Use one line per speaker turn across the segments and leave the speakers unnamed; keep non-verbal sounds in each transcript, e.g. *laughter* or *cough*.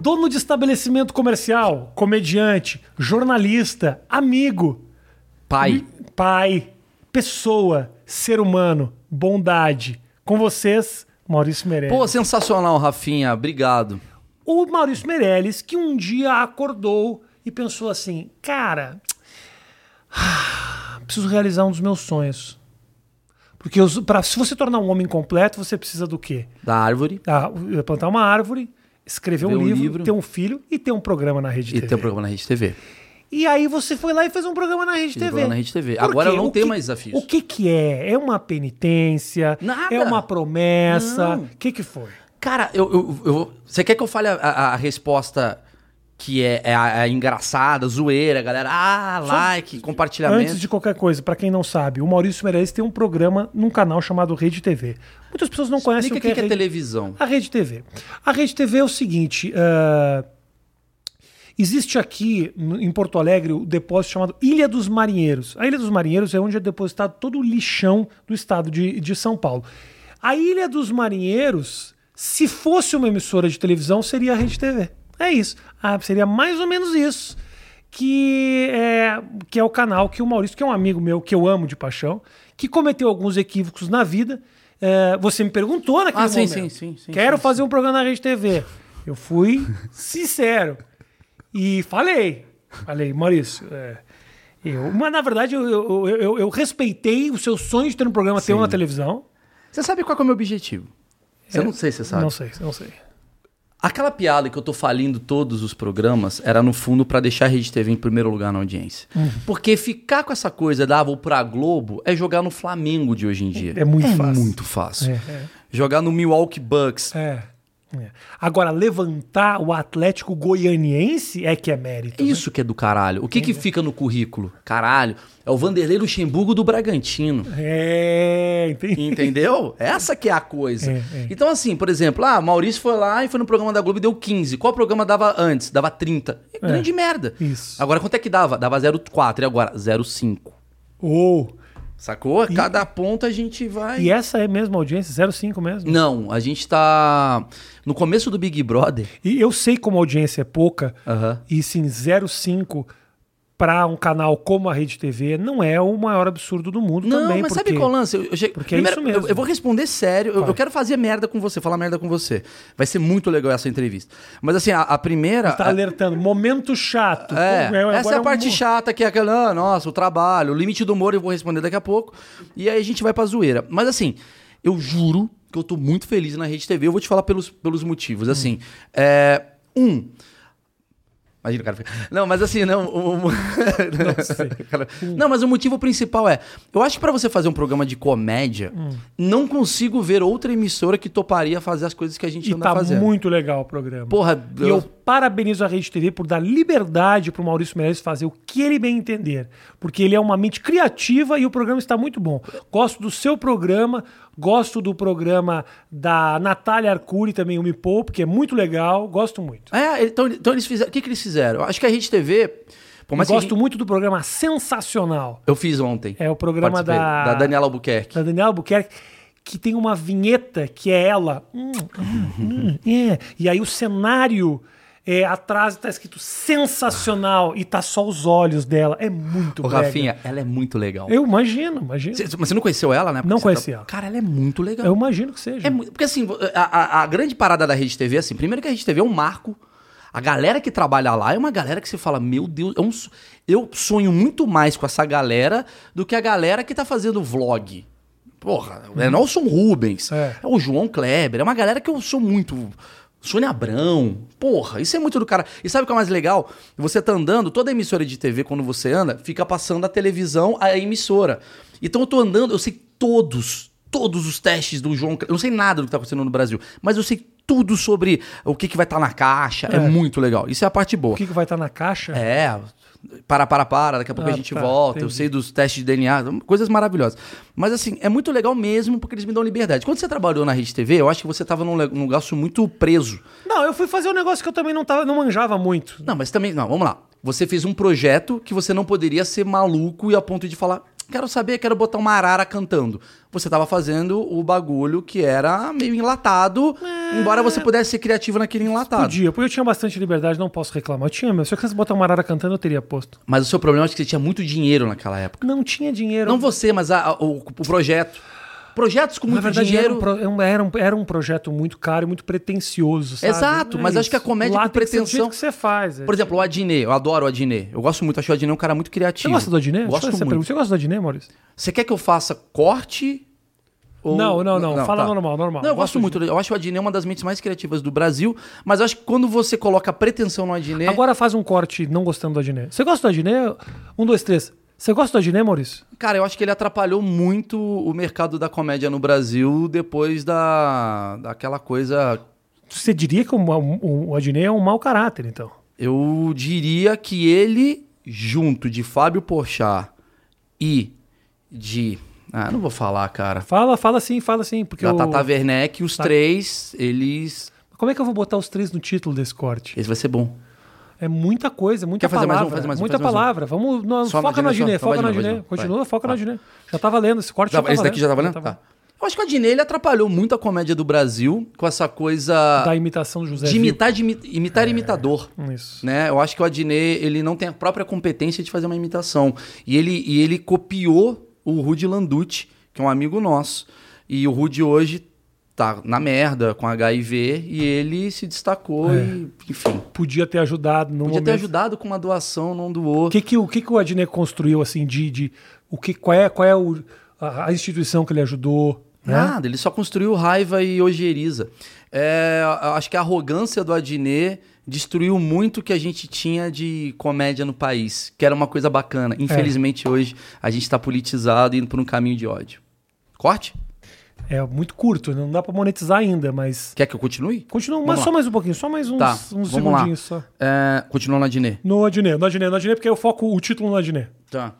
Dono de estabelecimento comercial, comediante, jornalista, amigo,
Pai.
Hum? pai, pessoa, ser humano, bondade. Com vocês, Maurício Meirelles.
Pô, sensacional, Rafinha. Obrigado.
O Maurício Meirelles, que um dia acordou e pensou assim: cara, *sighs* preciso realizar um dos meus sonhos. Porque os- pra, se você tornar um homem completo, você precisa do quê?
Da árvore.
Ah, plantar uma árvore, escrever um
Ver um
livro,
livro.
ter um filho e ter um programa na rede
E
TV.
tem um programa na Rede TV.
E aí você foi lá e fez um programa na Rede
Fiz um
TV.
programa na Rede TV.
Por
Agora
quê?
não
O
tem
que-
mais desafios.
O que que é? É uma penitência?
Nada.
É uma promessa?
Não.
O que que foi?
Cara, eu, eu, eu- você quer que eu fale a, a- a resposta que é, é a- a engraçada, zoeira, galera? Ah, like, compartilhamento.
Antes de qualquer coisa, pra quem não sabe, o Maurício Meirelles tem um programa num canal chamado Rede TV. Muitas pessoas não conhecem
Explica o
o que, é, Rede...
televisão.
A Rede TV. A Rede TV é o seguinte. ah, Existe aqui no- em Porto Alegre o depósito chamado Ilha dos Marinheiros. A Ilha dos Marinheiros é onde é depositado todo o lixão do estado de, de São Paulo. A Ilha dos Marinheiros, se fosse uma emissora de televisão, seria a Rede TV. É isso. Ah, seria mais ou menos isso. Que é, que é o canal que o Maurício, que é um amigo meu que eu amo de paixão, que cometeu alguns equívocos na vida. É, você me perguntou naquele
Ah, sim,
momento.
sim, sim, sim,
Quero
sim,
fazer um programa na Rede TV. Eu fui sincero. E falei, falei, Maurício, é, eu, mas na verdade eu, eu, eu- eu- eu respeitei o seu sonho de ter um programa seu na televisão.
Você sabe qual que é o meu objetivo? Você não sei se você sabe.
É, Não sei, não sei.
Aquela piada que eu tô falindo todos os programas era, no fundo, pra deixar a Rede TV em primeiro lugar na audiência.
Uhum.
Porque ficar com essa coisa da ah, vou pra Globo é jogar no Flamengo de hoje em dia.
É muito fácil.
muito fácil.
É, é.
Jogar no Milwaukee Bucks
É, é. Agora, levantar o Atlético Goianiense é que é mérito.
É
né?
Isso que é do caralho. O que que fica no currículo? Caralho, é o Vanderlei Luxemburgo do Bragantino.
É, entendi.
Entendeu? *laughs* Essa que é a coisa.
É, é.
Então, assim, por exemplo, ah, Maurício foi lá e foi no programa da Globo e deu 15. Qual programa dava antes? Dava 30. É grande merda.
Isso.
Agora, quanto é que dava? Dava 0,4 e agora 0,5.
Ou.
Sacou? Cada ponto a gente vai.
E essa é mesmo a audiência? 05 mesmo?
Não, a gente tá. No começo do Big Brother.
E eu sei como a audiência é pouca,
Aham.
e sim 05 para um canal como a Rede TV não é o maior absurdo do mundo
Não,
também.
mas
porque...
sabe qual é o lance? Eu, eu che-
Porque é isso mesmo.
Eu, eu vou responder sério. Eu, eu quero fazer merda com você, falar merda com você. Vai ser muito legal essa entrevista. Mas assim, a, a primeira.
Tá alertando. Momento chato.
É,
Pô, agora
essa é a parte
um-
chata que é aquela, ah, nossa, o trabalho, o limite do humor eu vou responder daqui a pouco. E aí a gente vai pra zoeira. Mas assim, eu juro que eu tô muito feliz na Rede TV. Eu vou te falar pelos, pelos motivos.
Hum.
Assim, é, um. Imagina o cara. fica- Não, mas assim,
*laughs*
não. o- o- Cara,
Hum.
Não, mas *laughs* o motivo principal é. Eu acho que pra você fazer um programa de comédia,
Hum.
não consigo ver outra emissora que toparia fazer as coisas que a gente
E
anda
tá
fazendo.
muito legal o programa.
Porra,
E eu parabenizo a Rede TV por dar liberdade pro Maurício Meirelles fazer o que ele bem entender. Porque ele é uma mente criativa e o programa está muito bom. Gosto do seu programa, gosto do programa da Natália Arcuri também, o Me Poupe, que é muito legal. Gosto muito.
É, então, então eles fizeram. O que, que eles fizeram? Eu Acho que a Rede TV. Pô, mas
E gosto
que a gente-
muito do programa Sensacional.
Eu fiz ontem.
É o programa
Participei,
da-
Da Daniela Albuquerque.
da Daniela Albuquerque, que tem uma vinheta que é ela. Hum, hum, hum, é. E aí o cenário é, atrás tá escrito sensacional e tá só os olhos dela. É muito
Ô,
brega.
Rafinha, ela é muito legal.
Eu imagino, imagino.
Cê- mas você não conheceu ela, né? Porque
Não
você
conheci ela.
Cara, ela é muito legal.
Eu imagino que seja.
É muito- Porque assim, a, a- a grande parada da Rede TV, assim, primeiro que a Rede TV é um marco. A galera que trabalha lá é uma galera que você fala, meu Deus, é um so- eu sonho muito mais com essa galera do que a galera que tá fazendo vlog. Porra, é Nelson Rubens,
É.
é. o João Kleber, é uma galera que eu sou muito. Sônia Abrão, porra, isso é muito do cara. E sabe o que é mais legal? Você tá andando, toda emissora de TV, quando você anda, fica passando a televisão à emissora. Então eu tô andando, eu sei todos, todos os testes do João. Kleber. Eu não sei nada do que tá acontecendo no Brasil, mas eu sei tudo sobre o que, que vai estar na caixa. É. muito legal. Isso é a parte boa.
O que, que vai estar na caixa?
É, para, para, para, daqui a pouco
Ah,
a gente
tá,
volta, eu
entendi.
sei dos testes de DNA, coisas maravilhosas. Mas assim, é muito legal mesmo porque eles me dão liberdade. Quando você trabalhou na Rede TV, eu acho que você estava num, le- num negócio muito preso.
Não, eu fui fazer um negócio que eu também não, tava, não manjava muito.
Não, mas também, não, vamos lá. Você fez um projeto que você não poderia ser maluco e a ponto de falar, quero saber, quero botar uma arara cantando. Você tava fazendo o bagulho que era meio enlatado,
Ah.
embora você pudesse ser criativo naquele enlatado.
Podia, porque eu tinha bastante liberdade, não posso reclamar. Eu tinha, meu. Se eu quisesse botar uma arara cantando, eu teria posto.
Mas o seu problema é que você tinha muito dinheiro naquela época.
Não tinha dinheiro.
Não você, mas a- a- o, o projeto. Projetos com
Na
muito
verdade, era,
dinheiro.
um pro- era um, era, um, era um projeto muito caro e muito pretencioso, sabe? É
Exato, mas acho que a comédia
Lá
com
tem que ser do jeito
pretensão-
que você faz. é.
Por exemplo, o Adnet. Eu adoro o Adnet. Eu gosto muito. Acho o Adnet um cara muito
Você
criativo.
gosta do Adnet? Deixa eu
Gosto
fazer essa
muito.
pergunta. Você gosta do Adnet, Maurício?
Você quer que eu faça corte? ou-
Não, não, não. Fala
tá.
normal, normal.
Não, eu
Gosto
gosto muito. Eu acho o Adnet uma das mentes mais criativas do Brasil. Mas acho que quando você coloca pretensão no Adnet...
Agora faz um corte não gostando do Adnet. Você gosta do Adnet? Um, dois, três. Você gosta do Adnet, Maurício?
Cara, eu acho que ele atrapalhou muito o mercado da comédia no Brasil depois da... Daquela coisa...
Você diria que o, ma- o, o Adnet é um mau caráter, então.
Eu diria que ele, junto de Fábio Porchat e de... Ah, não vou falar, cara.
Fala, fala sim, fala sim. Porque
da
eu-
Tata Werneck, os três, eles...
Como é que eu vou botar os três no título desse corte?
Esse vai ser bom.
É muita coisa, muita
Quer fazer mais um?
palavra.
Faz mais um,
muita
faz mais um.
palavra. Vamos, não,
Só
foca
no
no
Adnet,
Adnet,
só. Vai
foca no
de novo, vai de
Adnet.
novo. Vai.
Continua, foca no
Vai.
Adnet. Já tá valendo, esse corte
Já-
já, tá
esse daqui já tá valendo?
Já
Tá. Eu acho que o Adnet ele atrapalhou muito a comédia do Brasil com essa coisa
Da imitação do José
de imitar, de imi- imitar imitador.
Vil. Isso.
Né? Eu acho que o Adnet ele não tem a própria competência de fazer uma imitação. E ele, e ele copiou o Rudy Landucci, que é um amigo nosso. E o Rudy hoje tá na merda com HIV e ele se destacou e, enfim.
Podia ter ajudado no
Podia
momento.
ter ajudado com uma doação, não doou.
O que, que, o, que, que o Adnet construiu, assim, de... de o que, qual é, qual é o- a, a instituição que ele ajudou, né?
Nada, ele só construiu raiva e ojeriza. É, eu acho que a arrogância do Adnet destruiu muito o que a gente tinha de comédia no país, que era uma coisa bacana. Infelizmente, hoje, a gente está politizado e indo por um caminho de ódio. Corte?
É muito curto, não dá pra monetizar ainda, mas...
Quer que eu continue?
Continua,
Vamos
mas
lá.
só mais um pouquinho, só mais uns,
Tá,
uns
vamos lá.
segundinhos só.
É, continuando no Adnet.
No Adnet, no Adnet, no Adnet, porque eu foco o título no Adnet.
Tá.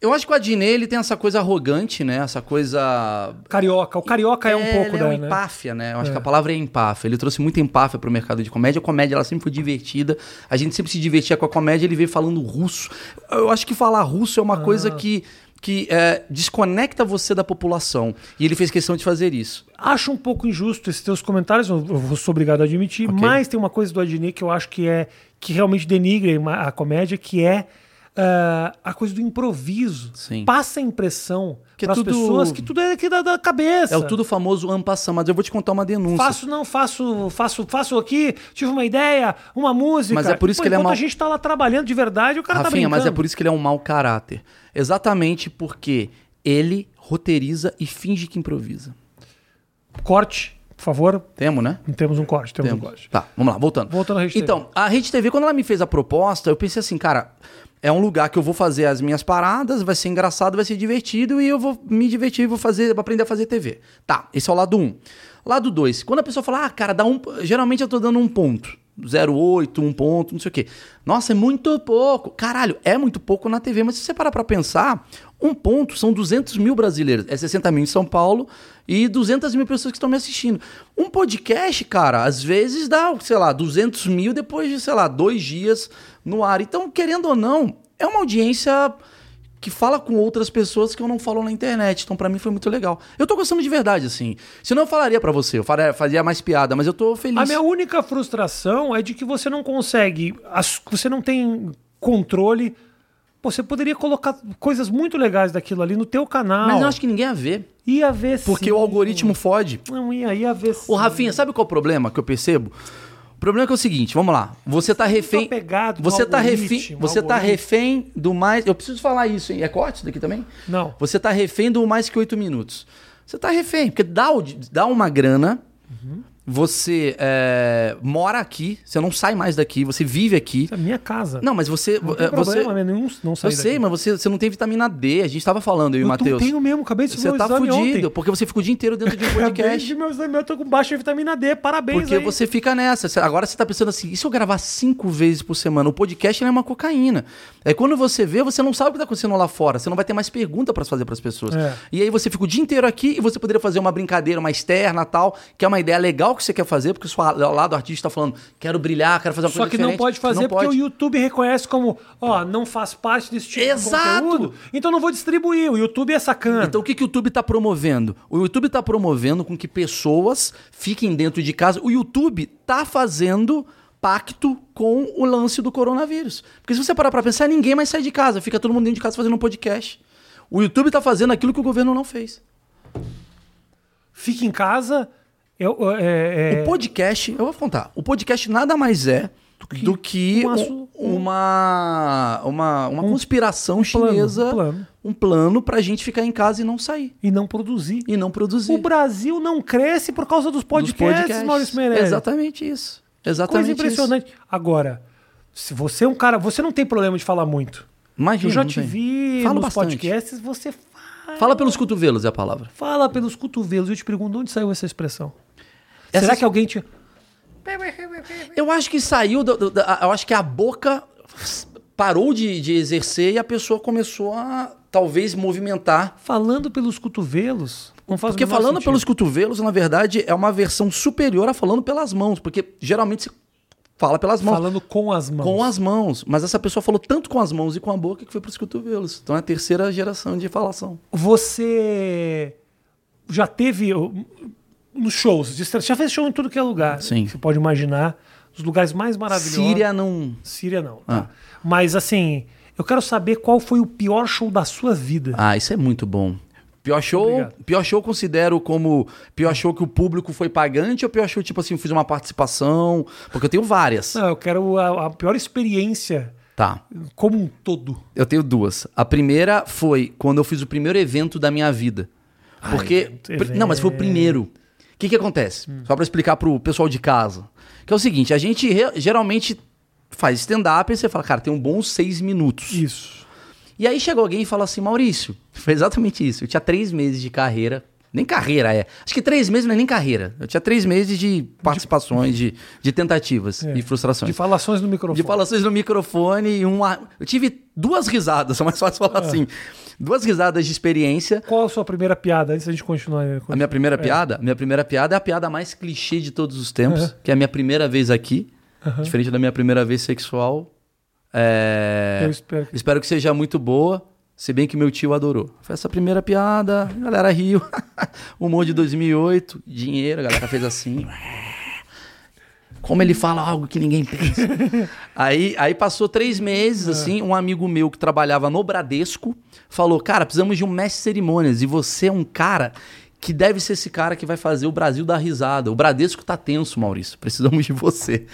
Eu acho que o Adnet, ele tem essa coisa arrogante, né? Essa coisa
Carioca, o carioca é, um pouco
ele
da...
é uma
né?
empáfia, né? Eu acho que a palavra é empáfia. Ele trouxe muita empáfia pro mercado de comédia. A comédia, ela sempre foi divertida. A gente sempre se divertia com a comédia. Ele veio falando russo. Eu acho que falar russo é uma coisa
Ah.
que, que é, desconecta você da população. E ele fez questão de fazer isso.
Acho um pouco injusto esses teus comentários, eu eu vou- sou obrigado a admitir,
Ok.
mas tem uma coisa do Adnet que eu acho que é que realmente denigra uma- a comédia, que é ah, a coisa do improviso.
Sim.
Passa a impressão
Que é
para as
tudo-
pessoas que tudo é aqui da, da cabeça.
É o tudo famoso ampassão. Mas eu vou te contar uma denúncia.
Faço, não, faço, faço, faço aqui, tive uma ideia, uma música.
Mas é por isso que ele é
enquanto
mau.
a gente tá lá trabalhando de verdade, o cara
Rafinha,
tá
mas
brincando.
é por isso que ele é um mau caráter. Exatamente porque ele roteiriza e finge que improvisa. é
Corte, por favor.
Temo, né?
Temos um corte, temos, um corte.
Tá, vamos lá, voltando.
Voltando à Rede TV.
Então, a Rede TV, quando ela me fez a proposta, eu pensei assim, cara, é um lugar que eu vou fazer as minhas paradas, vai ser engraçado, vai ser divertido e eu vou me divertir e vou fazer, vou aprender a fazer TV. Tá, esse é o lado 1. Um. Lado 2, quando a pessoa fala, ah, cara, dá um. Geralmente eu tô dando um ponto. 0,8, um ponto, não sei o quê. Nossa, é muito pouco. Caralho, é muito pouco na TV, mas se você parar pra pensar, um ponto são 200 mil brasileiros. É 60 mil em São Paulo e 200 mil pessoas que estão me assistindo. Um podcast, cara, às vezes dá, sei lá, 200 mil depois de, sei lá, dois dias no ar. Então, querendo ou não, é uma audiência que fala com outras pessoas que eu não falo na internet. Então, pra mim, foi muito legal. Eu tô gostando de verdade, assim. Senão eu falaria pra você, eu faria, fazia mais piada, mas eu tô feliz.
A minha única frustração é de que você não consegue, as- você não tem controle. Pô, Você poderia colocar coisas muito legais daquilo ali no teu canal.
Mas eu acho que ninguém ia ver.
ia ver sim.
Porque o algoritmo fode.
não ia, ia ver sim.
Ô, Rafinha, sabe qual é o problema que eu percebo? O problema é que é o seguinte, vamos lá. Você tá refém.
apegado no
Você tá
algoritmo,
refém. Você tá
algoritmo.
refém do mais. Eu preciso falar isso, hein? É corte isso daqui também?
Não.
Você tá refém do mais que oito minutos. Você tá refém, porque dá, o- dá uma grana. Você é, mora aqui, você não sai mais daqui, você vive aqui.
Isso é minha casa.
Não, mas você.
Não tem
é, você
problema nenhum não sair
eu sei, mas você, você não tem vitamina D. A gente tava falando, eu e o
eu não
Matheus.
tenho mesmo, acabei de subir
Você
meu
tá
exame
fudido,
ontem.
porque você fica o dia inteiro dentro de
*laughs*
um
Acabei
podcast.
de meu exame, eu tô com baixa vitamina D, parabéns
Porque
aí.
você fica nessa. Cê- Agora você tá pensando assim, e se eu gravar cinco vezes por semana? O podcast ele é uma cocaína. É quando você vê, você não sabe o que tá acontecendo lá fora. Você não vai ter mais pergunta para fazer para as pessoas.
É.
E aí você fica o dia inteiro aqui e você poderia fazer uma brincadeira, uma externa tal, que é uma ideia legal que você quer fazer, porque o seu lado artista está falando, quero brilhar, quero fazer é uma
Só
coisa
que
diferente.
não pode fazer
Não
porque
pode.
o YouTube reconhece como, ó, não faz parte desse tipo
Exato!
de conteúdo, então não vou distribuir. O YouTube é sacana.
Então o que, que o YouTube está promovendo? O YouTube está promovendo com que pessoas fiquem dentro de casa. O YouTube está fazendo pacto com o lance do coronavírus. Porque se você parar para pensar, ninguém mais sai de casa. Fica todo mundo dentro de casa fazendo um podcast. O YouTube está fazendo aquilo que o governo não fez.
Fica em casa. Eu, é, é-
O podcast, eu vou contar. O podcast nada mais é do que,
um
um-
aço-
uma, uma, uma conspiração
plano,
chinesa,
um plano.
um plano para a gente ficar em casa e não sair
E não produzir.
e não produzir.
O Brasil não cresce por causa dos
Dos
podcasts, Maurício Meirelles.
Exatamente isso. Exatamente
Coisa impressionante. Agora, se você é um cara. Você não tem problema de falar muito.
Isso. Imagina,
Eu já
não
te
tem.
vi
Falo
nos
bastante.
podcasts, você fala,
Fala pelos cotovelos é a palavra.
fala pelos cotovelos. Eu te pergunto onde saiu essa expressão.
Essa
Será
es-
que alguém te.
Eu acho que saiu, do- do- da- eu acho que a boca parou de, de exercer e a pessoa começou a talvez movimentar.
Falando pelos cotovelos? Não faz o
Porque
menor
falando
sentido.
pelos cotovelos, na verdade, é uma versão superior a falando pelas mãos, porque geralmente se fala pelas mãos.
Falando com as mãos.
Com as mãos, mas essa pessoa falou tanto com as mãos e com a boca que foi pros cotovelos. Então é a terceira geração de falação.
Você já teve ó, nos shows, de estra- já fez show em tudo que é lugar.
Sim.
que Você pode imaginar os lugares mais maravilhosos.
Síria Ah. não.
Síria não. tá? Mas assim, eu quero saber qual foi o pior show da sua vida.
Ah, isso é muito bom. Pior show,
Obrigado.
pior show eu considero como pior show que o público foi pagante ou pior show tipo assim, fiz uma participação, porque eu tenho várias.
Não, eu quero a, a pior experiência
Tá.
como um todo.
Eu tenho duas. A primeira foi quando eu fiz o primeiro evento da minha vida. Porque.
Ah, evento, Hum.
pri- Não, mas foi o primeiro. O que, que acontece? Só pra explicar pro pessoal de casa. Que é o seguinte: a gente re- geralmente faz stand-up e você fala, cara, tem um bom seis minutos.
Isso.
E aí chegou alguém e falou assim, Maurício, foi exatamente isso. Eu tinha três meses de carreira. Nem carreira é. Acho que três meses não é nem carreira. Eu tinha três meses de participações, de, de tentativas
É.
e frustrações.
De falações no microfone.
De falações no microfone e um. ar- Eu tive duas risadas, *laughs* é mais fácil falar assim. Duas risadas de experiência.
Qual a sua primeira piada? Antes da gente continuar. né?
A minha primeira
É.
piada, minha primeira piada é a piada mais clichê de todos os tempos,
Aham.
que é a minha primeira vez aqui, diferente da minha primeira vez sexual. É...
Eu espero que-
espero que seja muito boa, se bem que meu tio adorou. Foi essa primeira piada, a galera riu. *laughs* Humor de 2008, dinheiro, a galera fez assim. Como ele fala algo que ninguém pensa. aí, aí passou três meses, assim, um amigo meu que trabalhava no Bradesco falou: Cara, precisamos de um mestre de cerimônias. E você é um cara que deve ser esse cara que vai fazer o Brasil dar risada. O Bradesco tá tenso, Maurício. Precisamos de você.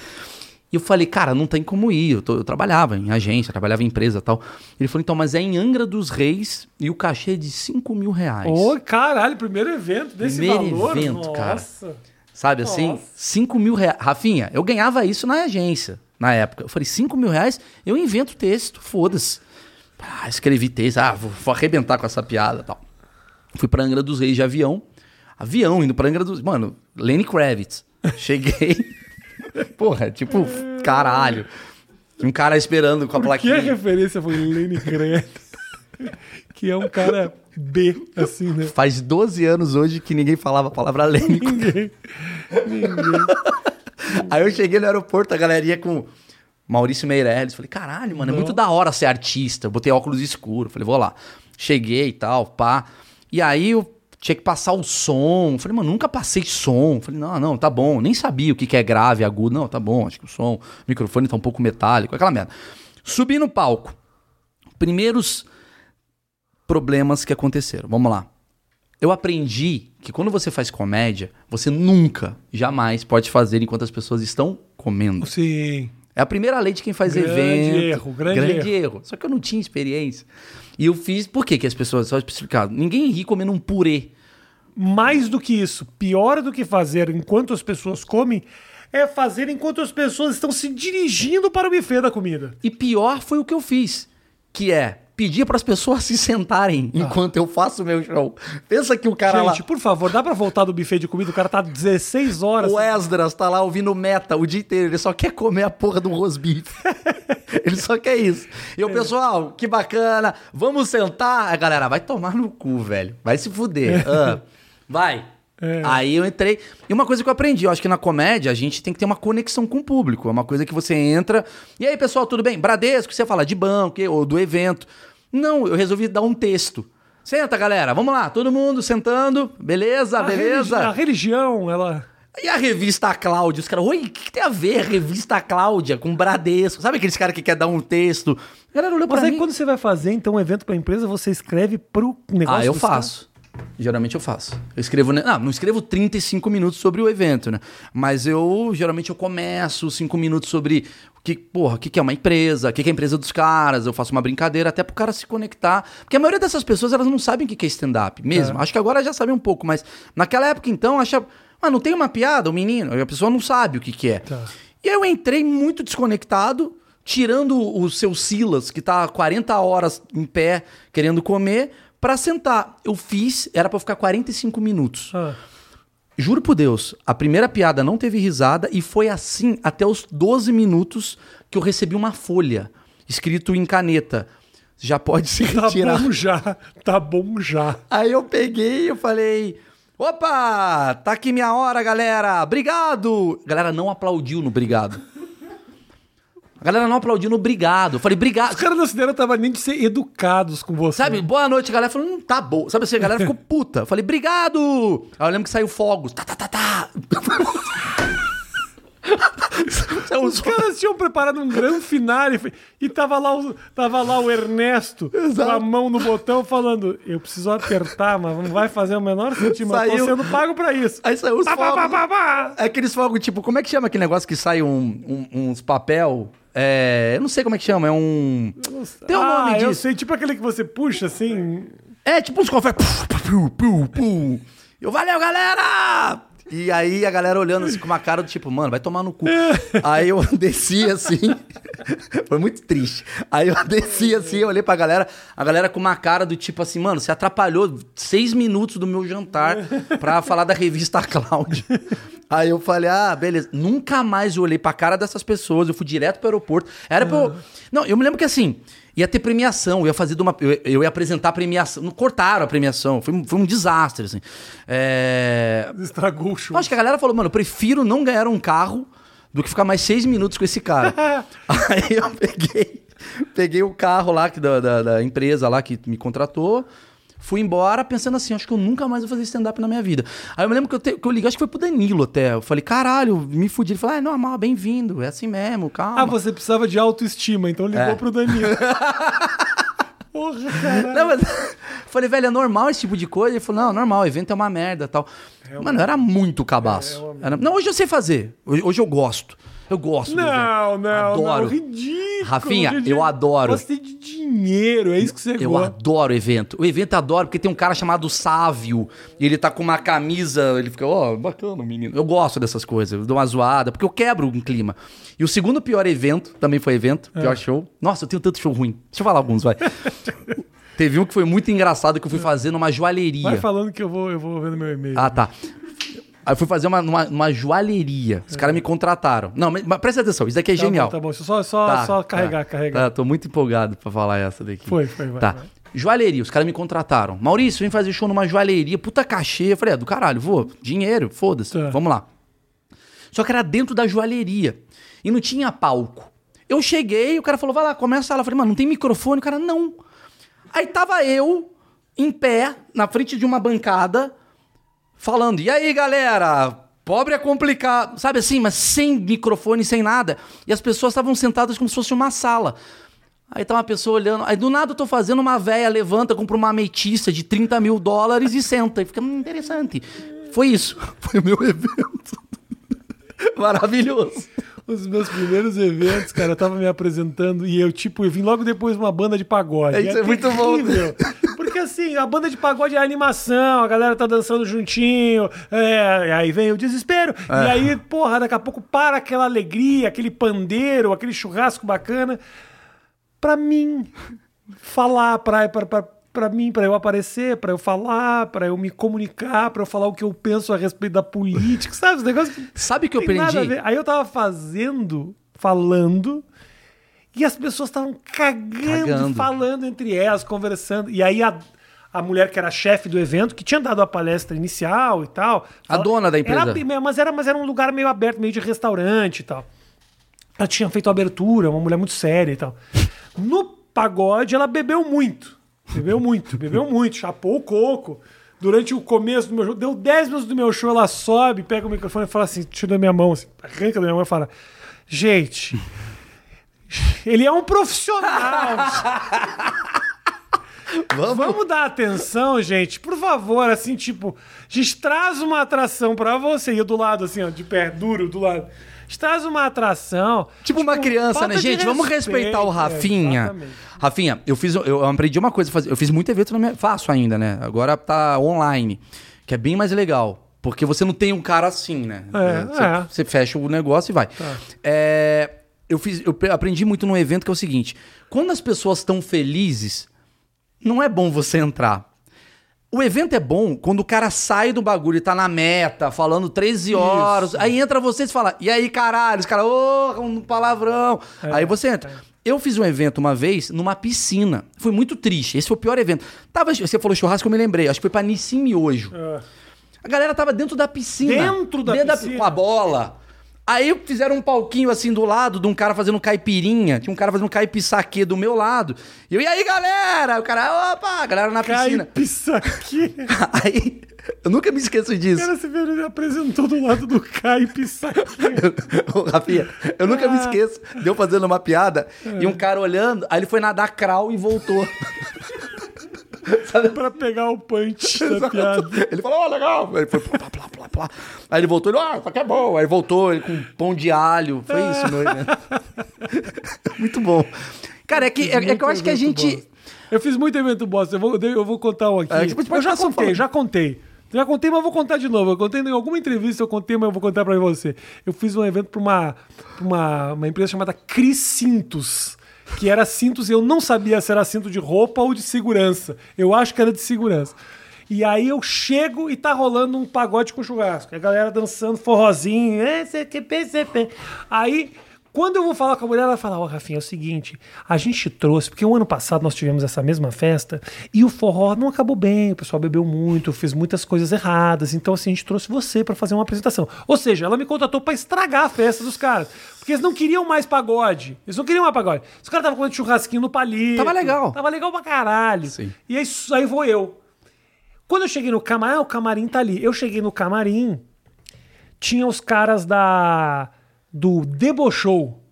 E eu falei, cara, não tem como ir. Eu, tô- eu trabalhava em agência, trabalhava em empresa e tal. Ele falou, então, mas é em Angra dos Reis e o cachê é de 5 mil reais.
Ô, caralho, primeiro evento desse
Primeiro
valor.
evento, cara.
Nossa.
Sabe assim?
Nossa.
5 mil reais. Rafinha, eu ganhava isso na agência, na época. Eu falei, 5 mil reais, eu invento texto, foda-se. Ah, escrevi texto, ah, vou, vou arrebentar com essa piada e tal. Fui pra Angra dos Reis de avião. Avião, indo pra Angra dos... Mano, Lenny Kravitz. Cheguei. Porra, tipo, caralho. Um cara esperando com a
Que
plaquinha.
referência foi *laughs* Lenny Kravitz? que é um cara B, assim, né?
Faz 12 anos hoje que ninguém falava a palavra Lenny
Ninguém. Ninguém.
Aí eu cheguei no aeroporto, a galerinha com Maurício Meirelles. Falei, caralho, mano, é muito da hora ser artista. Eu botei óculos escuro. Falei, vou lá. Cheguei e tal, pá. E aí eu tinha que passar o som. Falei, mano, nunca passei som. Falei, não, não, tá bom. Nem sabia o que, que é grave, agudo. Não, tá bom, acho que o som, o microfone tá um pouco metálico, aquela merda. Subi no palco. Primeiros problemas que aconteceram. Vamos lá. Eu aprendi que quando você faz comédia, você nunca, jamais pode fazer enquanto as pessoas estão comendo.
Sim.
É a primeira lei de quem faz
Grande
evento.
erro, grande erro.
Só que eu não tinha experiência. E eu fiz. Por que, que as pessoas. Só explicar. Ninguém ri comendo um purê.
Mais do que isso, pior do que fazer enquanto as pessoas comem, é fazer enquanto as pessoas estão se dirigindo para o buffet da comida.
E pior foi o que eu fiz, que é pedir para as pessoas *laughs* se sentarem enquanto eu faço o meu show. Pensa que o cara lá.
Gente, por favor, dá pra voltar do buffet de comida? O cara tá 16 horas.
O Esdras tá lá ouvindo meta o dia inteiro, ele só quer comer a porra do rosbife. ele só quer isso. E o pessoal, que bacana, vamos sentar. A galera, vai tomar no cu, velho. Vai se fuder. Ah, vai. Aí eu entrei. E uma coisa que eu aprendi, eu acho que na comédia a gente tem que ter uma conexão com o público. É uma coisa que você entra. E aí, pessoal, tudo bem? Bradesco, você fala de banco ou do evento. Não, eu resolvi dar um texto. Senta, galera, vamos lá, todo mundo sentando. Beleza,
A religi-
beleza.
A religião, ela.
E a revista A Cláudia? Os caras, oi, o que, que tem a ver a revista A Cláudia com Bradesco? Sabe aqueles caras que quer dar um texto? A galera olhou Então, pra
Mas aí
mim.
quando você vai fazer, então, um evento pra empresa, você escreve pro negócio.
Ah, eu
dos caras?
faço. Geralmente eu faço. Eu escrevo. ne- Não, não escrevo 35 minutos sobre o evento, né? Mas eu geralmente eu começo 5 minutos sobre o que, porra, o que, que é uma empresa, o que, que é a empresa dos caras, eu faço uma brincadeira até pro cara se conectar. Porque a maioria dessas pessoas elas não sabem o que, que é stand-up mesmo. Acho que agora já sabem um pouco, mas naquela época então achava. Mas não tem uma piada, o menino? A pessoa não sabe o que, que é.
Tá.
E aí eu entrei muito desconectado, tirando o seu Silas, que tá há 40 horas em pé querendo comer, pra sentar. Eu fiz, era pra ficar 45 minutos.
Ah.
Juro por Deus, a primeira piada não teve risada e foi assim até os 12 minutos que eu recebi uma folha escrito em caneta. Já pode se
Tá
retirar.
bom já, tá bom já.
Aí eu peguei e eu falei: opa, tá aqui minha hora, galera. Obrigado! A galera não aplaudiu no obrigado. A galera não aplaudiu no obrigado. Eu falei,
Os
obrigado.
caras da cidade estavam nem de ser educados com você.
Sabe, boa noite, a galera falou, não tá bom. Sabe assim, a galera ficou puta. Eu falei, obrigado! Aí eu lembro que saiu fogos. Tá, tá, tá, tá. *laughs* Saiu
Os caras tinham preparado um grande finale foi- e tava lá o, tava lá o Ernesto com a mão no botão falando: Eu preciso apertar, mas não vai fazer o menor sentido, mas tô
Saiu-
sendo pago pra isso.
Aí saiu os
Pá, pá, pá,
fogos.
pá, pá.
Aqueles fogos, tipo, como é que chama aquele negócio que sai um- um- uns papel? É, eu não sei como é que chama, é um... Tem um
ah,
nome
eu
disso.
sei, tipo aquele que você puxa assim.
É, tipo uns confetes. Pum, pum, pum, pum. Eu, valeu, galera! E aí a galera olhando assim com uma cara do tipo, mano, vai tomar no cu. aí eu *laughs* desci assim. *laughs* Foi muito triste. Aí eu desci assim, eu olhei pra galera, a galera com uma cara do tipo assim, mano, você atrapalhou seis minutos do meu jantar pra falar da revista Cláudio. Aí eu falei, ah, beleza. Nunca mais eu olhei pra cara dessas pessoas, eu fui direto pro aeroporto. Era pra eu... Não, eu me lembro que assim, ia ter premiação, eu ia fazer de uma. Eu, eu ia apresentar a premiação. Não cortaram a premiação, foi, um- foi um desastre, assim. É...
Estragou o show.
eu Acho que a galera falou, mano, eu prefiro não ganhar um carro do que ficar mais seis minutos com
*laughs*
esse cara. Aí eu peguei, peguei o carro lá que da, da- da empresa lá que me contratou. Fui embora pensando assim, acho que eu nunca mais vou fazer stand-up na minha vida. Aí eu me lembro que eu, te- que eu liguei, acho que foi pro Danilo até. Eu falei, caralho, me fudi. Ele falou, ah, é normal, bem-vindo, é assim mesmo, calma.
Ah, você precisava de autoestima, então ligou
É.
pro
*laughs*
Danilo. Porra, cara.
Não, mas... *laughs* eu Falei, velho, é normal esse tipo de coisa? Ele falou, não, normal, o evento é uma merda tal. Mano, eu era muito
É,
cabaço. Era- Não, hoje eu sei fazer. Hoje, hoje eu gosto. Eu gosto. do
Não,
evento.
não,
né, adoro.
não. Ridículo.
Rafinha,
de- de-
eu adoro.
Você de dinheiro, é isso que você
Eu
gosta.
adoro o evento. O evento eu adoro, porque tem um cara chamado Sávio. E ele tá com uma camisa. Ele fica, ó, bacana, menino. Eu gosto dessas coisas. Eu dou uma zoada, porque eu quebro um clima. E o segundo pior evento, também foi evento,
É.
pior show. Nossa, eu tenho tanto show ruim. Deixa eu falar alguns,
*laughs*
vai. Teve um que foi muito engraçado que eu fui fazer numa joalheria.
Vai falando que eu vou, eu vou ver no meu e-mail.
Ah, tá. Aí eu fui fazer uma, uma, uma joalheria. Os caras me contrataram. Não, mas, mas presta atenção, isso daqui é
É. Tá
genial.
bom, Tá bom, deixa eu só, só,
Tá,
só
tá,
carregar, carregar.
Tá, tô muito empolgado pra falar essa daqui.
Foi, foi, vai,
Tá.
vai.
Joalheria, os caras me contrataram. Maurício, vem fazer show numa joalheria, puta cachê. Eu falei, é do caralho, vou, dinheiro, foda-se,
Tá.
vamos lá. Só que era dentro da joalheria e não tinha palco. Eu cheguei, o cara falou, vai lá, começa a aula. Eu falei, mano, não tem microfone? O cara, não. Aí tava eu, em pé, na frente de uma bancada, falando, e aí galera, pobre é complicado, sabe assim, mas sem microfone, sem nada. E as pessoas estavam sentadas como se fosse uma sala. Aí tá uma pessoa olhando, aí do nada eu tô fazendo uma véia, levanta, compra uma ametista de 30 mil dólares e senta. E fica, hum, interessante. Foi isso. Foi o meu evento. *laughs* Maravilhoso.
Os meus primeiros eventos, cara, eu tava me apresentando e eu, tipo, eu vim logo depois de uma banda de pagode.
É, isso é muito bom.
terrível. Porque assim, a banda de pagode é animação, a galera tá dançando juntinho, é, e aí vem o desespero.
É.
E aí, porra, daqui a pouco para aquela alegria, aquele pandeiro, aquele churrasco bacana. Pra mim, falar, pra, pra, pra, pra mim, pra eu aparecer, pra eu falar, pra eu me comunicar, pra eu falar o que eu penso a respeito da política, sabe? Os negócios que
Sabe o que eu
tem nada a
aprendi?
ver. Aí eu tava fazendo, falando, e as pessoas estavam cagando,
Cagando.
falando entre elas, conversando. E aí a, a mulher que era chefe do evento, que tinha dado a palestra inicial e tal.
A dona da
Era
empresa.
bem- mas, era, mas era um lugar meio aberto, meio de restaurante e tal. Ela tinha feito a abertura, uma mulher muito séria e tal. No pagode, ela bebeu muito. Bebeu muito, bebeu muito, chapou o coco. Durante o começo do meu show, deu 10 minutos do meu show, ela sobe, pega o microfone e fala assim, tira da minha mão, assim, arranca da minha mão e fala, gente, ele é um
*laughs*
profissional, Vamos dar atenção, gente. Por favor, assim, tipo, a gente traz uma atração pra você. E eu do lado, assim, ó, de pé duro, do lado. A gente traz uma atração.
Tipo uma criança,
falta
né?
de
Gente, vamos
respeito,
respeitar o
é,
Rafinha.
exatamente.
Rafinha, eu fiz, eu aprendi uma coisa, a fazer. eu fiz muito evento na minha, faço ainda, né? Agora tá online, que é bem mais legal, porque você não tem um cara assim, né?
É,
você,
é. Tá.
você fecha o negócio e vai. É, eu fiz, eu pe- aprendi muito num evento que é o seguinte: quando as pessoas estão felizes, não é bom você entrar. O evento é bom quando o cara sai do bagulho e tá na meta, falando 13 horas. Aí entra você e fala, e aí, caralho? Os caras, ô, um palavrão.
É,
aí você entra. Eu fiz um evento uma vez numa piscina. Foi muito triste. Esse foi o pior evento. Tava, você falou churrasco, eu me lembrei. Acho que foi pra Nissim Miojo.
É.
A galera tava dentro da piscina.
Dentro da piscina?
com a bola. Aí fizeram um palquinho assim do lado de um cara fazendo caipirinha. Tinha um cara fazendo caipi-saque do meu lado. E eu, e aí, galera? O cara, opa, a galera na
Cai
piscina. *laughs*
pisa aqui.
Aí, eu nunca me esqueço
O
disso.
cara se vê, ele apresentou do lado do Caio pisa aqui.
Ô, Rafinha, eu nunca
Ah.
me esqueço de eu fazendo uma piada
É.
e um cara olhando, aí ele foi nadar crawl e voltou.
pra pegar o punch da piada.
*laughs* ele falou, ó, legal. Aí ele foi, plá, plá, plá, plá, plá. Aí ele voltou, ele, ó, isso aqui é bom. Aí voltou, ele com um pão de alho. Foi isso, meu
Ah.
evento. *laughs* Muito bom. Cara, é que, é, é que eu acho que a
Muito
gente.
bosta. Eu fiz muito evento bosta. Eu vou, eu vou contar um aqui.
É, a gente pode
eu já
passar
contei,
falando.
já contei. Já contei, mas eu vou contar de novo. Eu contei em alguma entrevista, eu contei, mas eu vou contar pra você. Eu fiz um evento pra uma, pra uma, uma empresa chamada Cris Cintos. Que era cintos, e eu não sabia se era cinto de roupa ou de segurança. Eu acho que era de segurança. E aí eu chego e tá rolando um pagode com churrasco. A galera dançando forrozinho. é, cê que pê, cê pê. Aí quando eu vou falar com a mulher, ela fala: Ó, Rafinha, é o seguinte, a gente trouxe, porque o ano passado nós tivemos essa mesma festa e o forró não acabou bem, o pessoal bebeu muito, eu fiz muitas coisas erradas, então assim, a gente trouxe você pra fazer uma apresentação. Ou seja, ela me contratou pra estragar a festa dos caras, porque eles não queriam mais pagode, eles não queriam mais pagode. Os caras estavam comendo churrasquinho no palito.
Tava legal.
Tava legal pra caralho.
Sim.
E aí, aí vou eu. Quando eu cheguei no camarim, ah, o camarim tá ali. Eu cheguei no camarim, tinha os caras da do Debochou.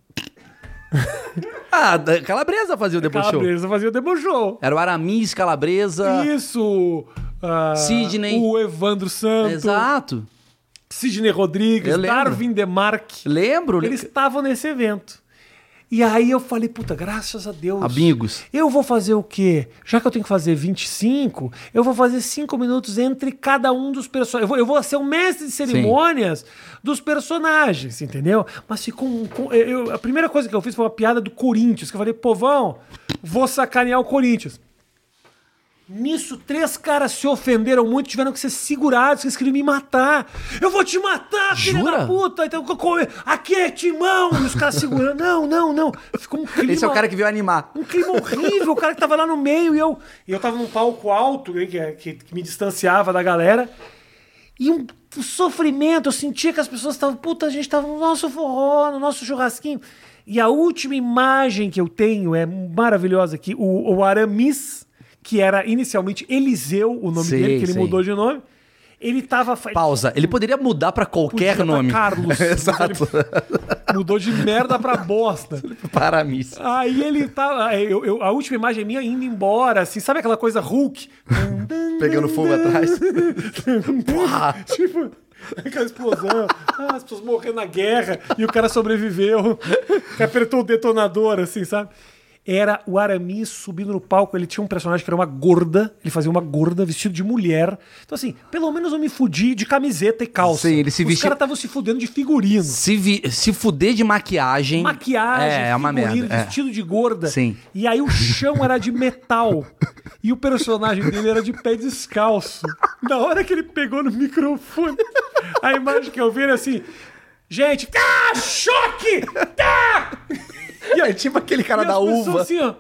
Ah, da- Calabresa fazia o debochou.
É Calabresa fazia o Debochou.
Era o Aramis, Calabresa.
Isso! ah,
Sidney.
O Evandro Santos.
Exato.
Sidney Rodrigues,
Eu lembro.
Darwin Demarque.
Lembro?
Eles estavam nesse evento. E aí eu falei, puta, graças a Deus.
Amigos.
Eu vou fazer o quê? Já que eu tenho que fazer 25, eu vou fazer 5 minutos entre cada um dos personagens. Eu vou, eu vou ser o mestre de cerimônias dos personagens, entendeu? Mas ficou. um- com- eu- eu- a primeira coisa que eu fiz foi uma piada do Corinthians, que eu falei, povão, vou sacanear o Corinthians. Nisso, três caras se ofenderam muito, tiveram que ser segurados, que eles queriam me matar. Eu vou te matar, filho
Jura?
da puta! Então, co- co- aqui é timão! E os caras segurando. Não, não, não. Ficou um clima.
Esse é o cara que veio animar.
Um clima horrível, o cara que tava lá no meio e eu. E eu tava num palco alto, né, que, que- que me distanciava da galera. E um sofrimento, eu sentia que as pessoas estavam. Puta, a gente tava no nosso forró, no nosso churrasquinho. E a última imagem que eu tenho é maravilhosa aqui: o, o Aramis, que era inicialmente Eliseu, o nome
Sei,
dele, que ele
sei.
mudou de nome. Ele tava. fa-
Pausa. Ele poderia mudar pra
Podia
qualquer
tá
nome.
Carlos. *laughs*
*laughs* Exato.
*laughs* Mudou de merda pra bosta.
Paramis.
Aí ele tá. Eu, eu- a última imagem é minha indo embora, assim, sabe aquela coisa Hulk?
Pegando fogo atrás. Porra!
*laughs* tipo, aquela explosão, ah, as pessoas morrendo na guerra e o cara sobreviveu. *laughs* Que apertou o detonador, assim, sabe? Era o Aramis subindo no palco. Ele tinha um personagem que era uma gorda. Ele fazia uma gorda vestido de mulher. Então, assim, pelo menos eu me fudi de camiseta e calça.
Sim, ele se
Os
vestia-
caras estavam se fudendo de figurino.
Se, vi- se fuder de maquiagem.
maquiagem,
É, é uma
figurino,
merda. é.
vestido de gorda.
Sim.
E aí o chão era de metal. E o personagem dele era de pé descalço. Na hora que ele pegou no microfone, a imagem que eu vi era assim. Gente, ah, choque! Tá!
É tipo aquele cara
E
da
as pessoas
uva.
assim, ó.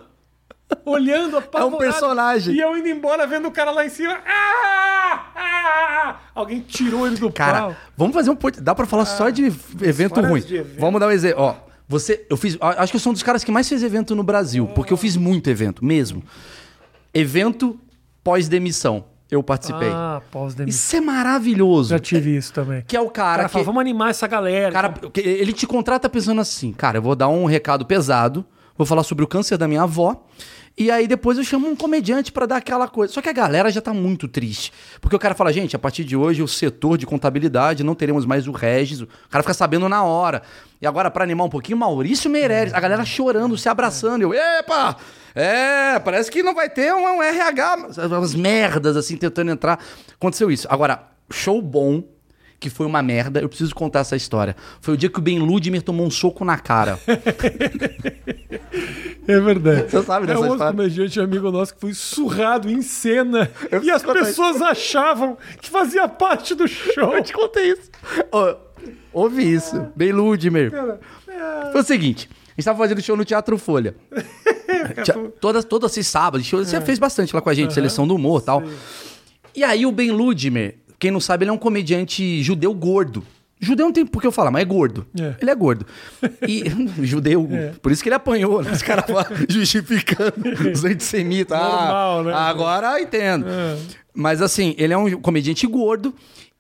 olhando
É
apavorado.
um personagem.
E eu indo embora, vendo o cara lá em cima. Ah! Ah! Alguém tirou ele do
Cara,
pau.
vamos fazer um podcast. Dá pra falar só de evento
histórias
ruim.
Ah, de evento.
Vamos dar um exemplo. Ó, você, eu fiz. a- Acho que eu sou um dos caras que mais fez evento no Brasil,
Ah.
porque eu fiz muito evento, mesmo. Evento pós-demissão. Eu participei.
Ah, pós-demissão.
Isso é maravilhoso.
Já tive isso também.
Que é o
O
cara,
cara
que.
fala, vamos animar essa galera.
cara, que ele te contrata pensando assim, cara, eu vou dar um recado pesado, vou falar sobre o câncer da minha avó. E aí depois eu chamo um comediante pra dar aquela coisa. Só que a galera já tá muito triste. Porque o cara fala, gente, a partir de hoje o setor de contabilidade não teremos mais o Regis. O cara fica sabendo na hora. E agora pra animar um pouquinho, Maurício Meireles, a galera chorando, se abraçando. Eu, epa! É, parece que não vai ter um, um RH, umas merdas assim tentando entrar. Aconteceu isso. Agora, show bom, que foi uma merda. Eu preciso contar essa história. Foi o dia que o Ben Ludmer tomou um soco na cara.
É verdade.
Você sabe dessa
é outro
história?
comediante amigo nosso que foi surrado em cena
Eu
e as
contar
pessoas achavam que fazia parte do show.
Eu te contei isso. *laughs* Ô, ouve isso. Ben Ludmer.
é,
Foi o seguinte. A gente tava fazendo show no Teatro *laughs* Folha. Tia- todas, todas esses sábados. show- Você fez bastante lá com a gente, seleção do humor e tal. E aí o Ben Ludmer, quem não sabe, ele é um comediante judeu gordo. Judeu não tem por que eu falar, mas é gordo.
É.
Ele é gordo. E *laughs* judeu, por isso que ele apanhou, né? Os caras falam, justificando os antissemitas. Ah,
Normal, né? É.
Agora eu entendo. Mas assim, ele é um comediante gordo.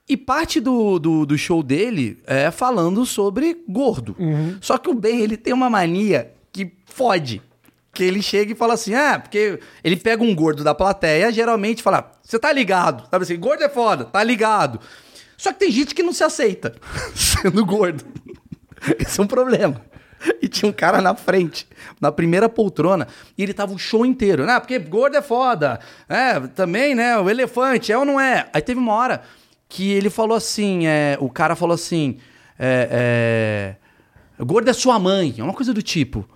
E parte do, do, do show dele é falando sobre gordo.
Uhum.
Só que o Ben, ele tem uma mania que fode. Que ele chega e fala assim, ah, porque ele pega um gordo da plateia, geralmente fala, você tá ligado, sabe assim, gordo é foda, tá ligado. Só que tem gente que não se aceita *laughs* sendo gordo. *laughs* Esse é um problema. E tinha um cara na frente, na primeira poltrona, e ele tava o show inteiro. né? porque gordo é foda. É, também, né? O elefante, é ou não é? Aí teve uma hora que ele falou assim: é, o cara falou assim: é, é, gordo é sua mãe, é uma coisa do tipo.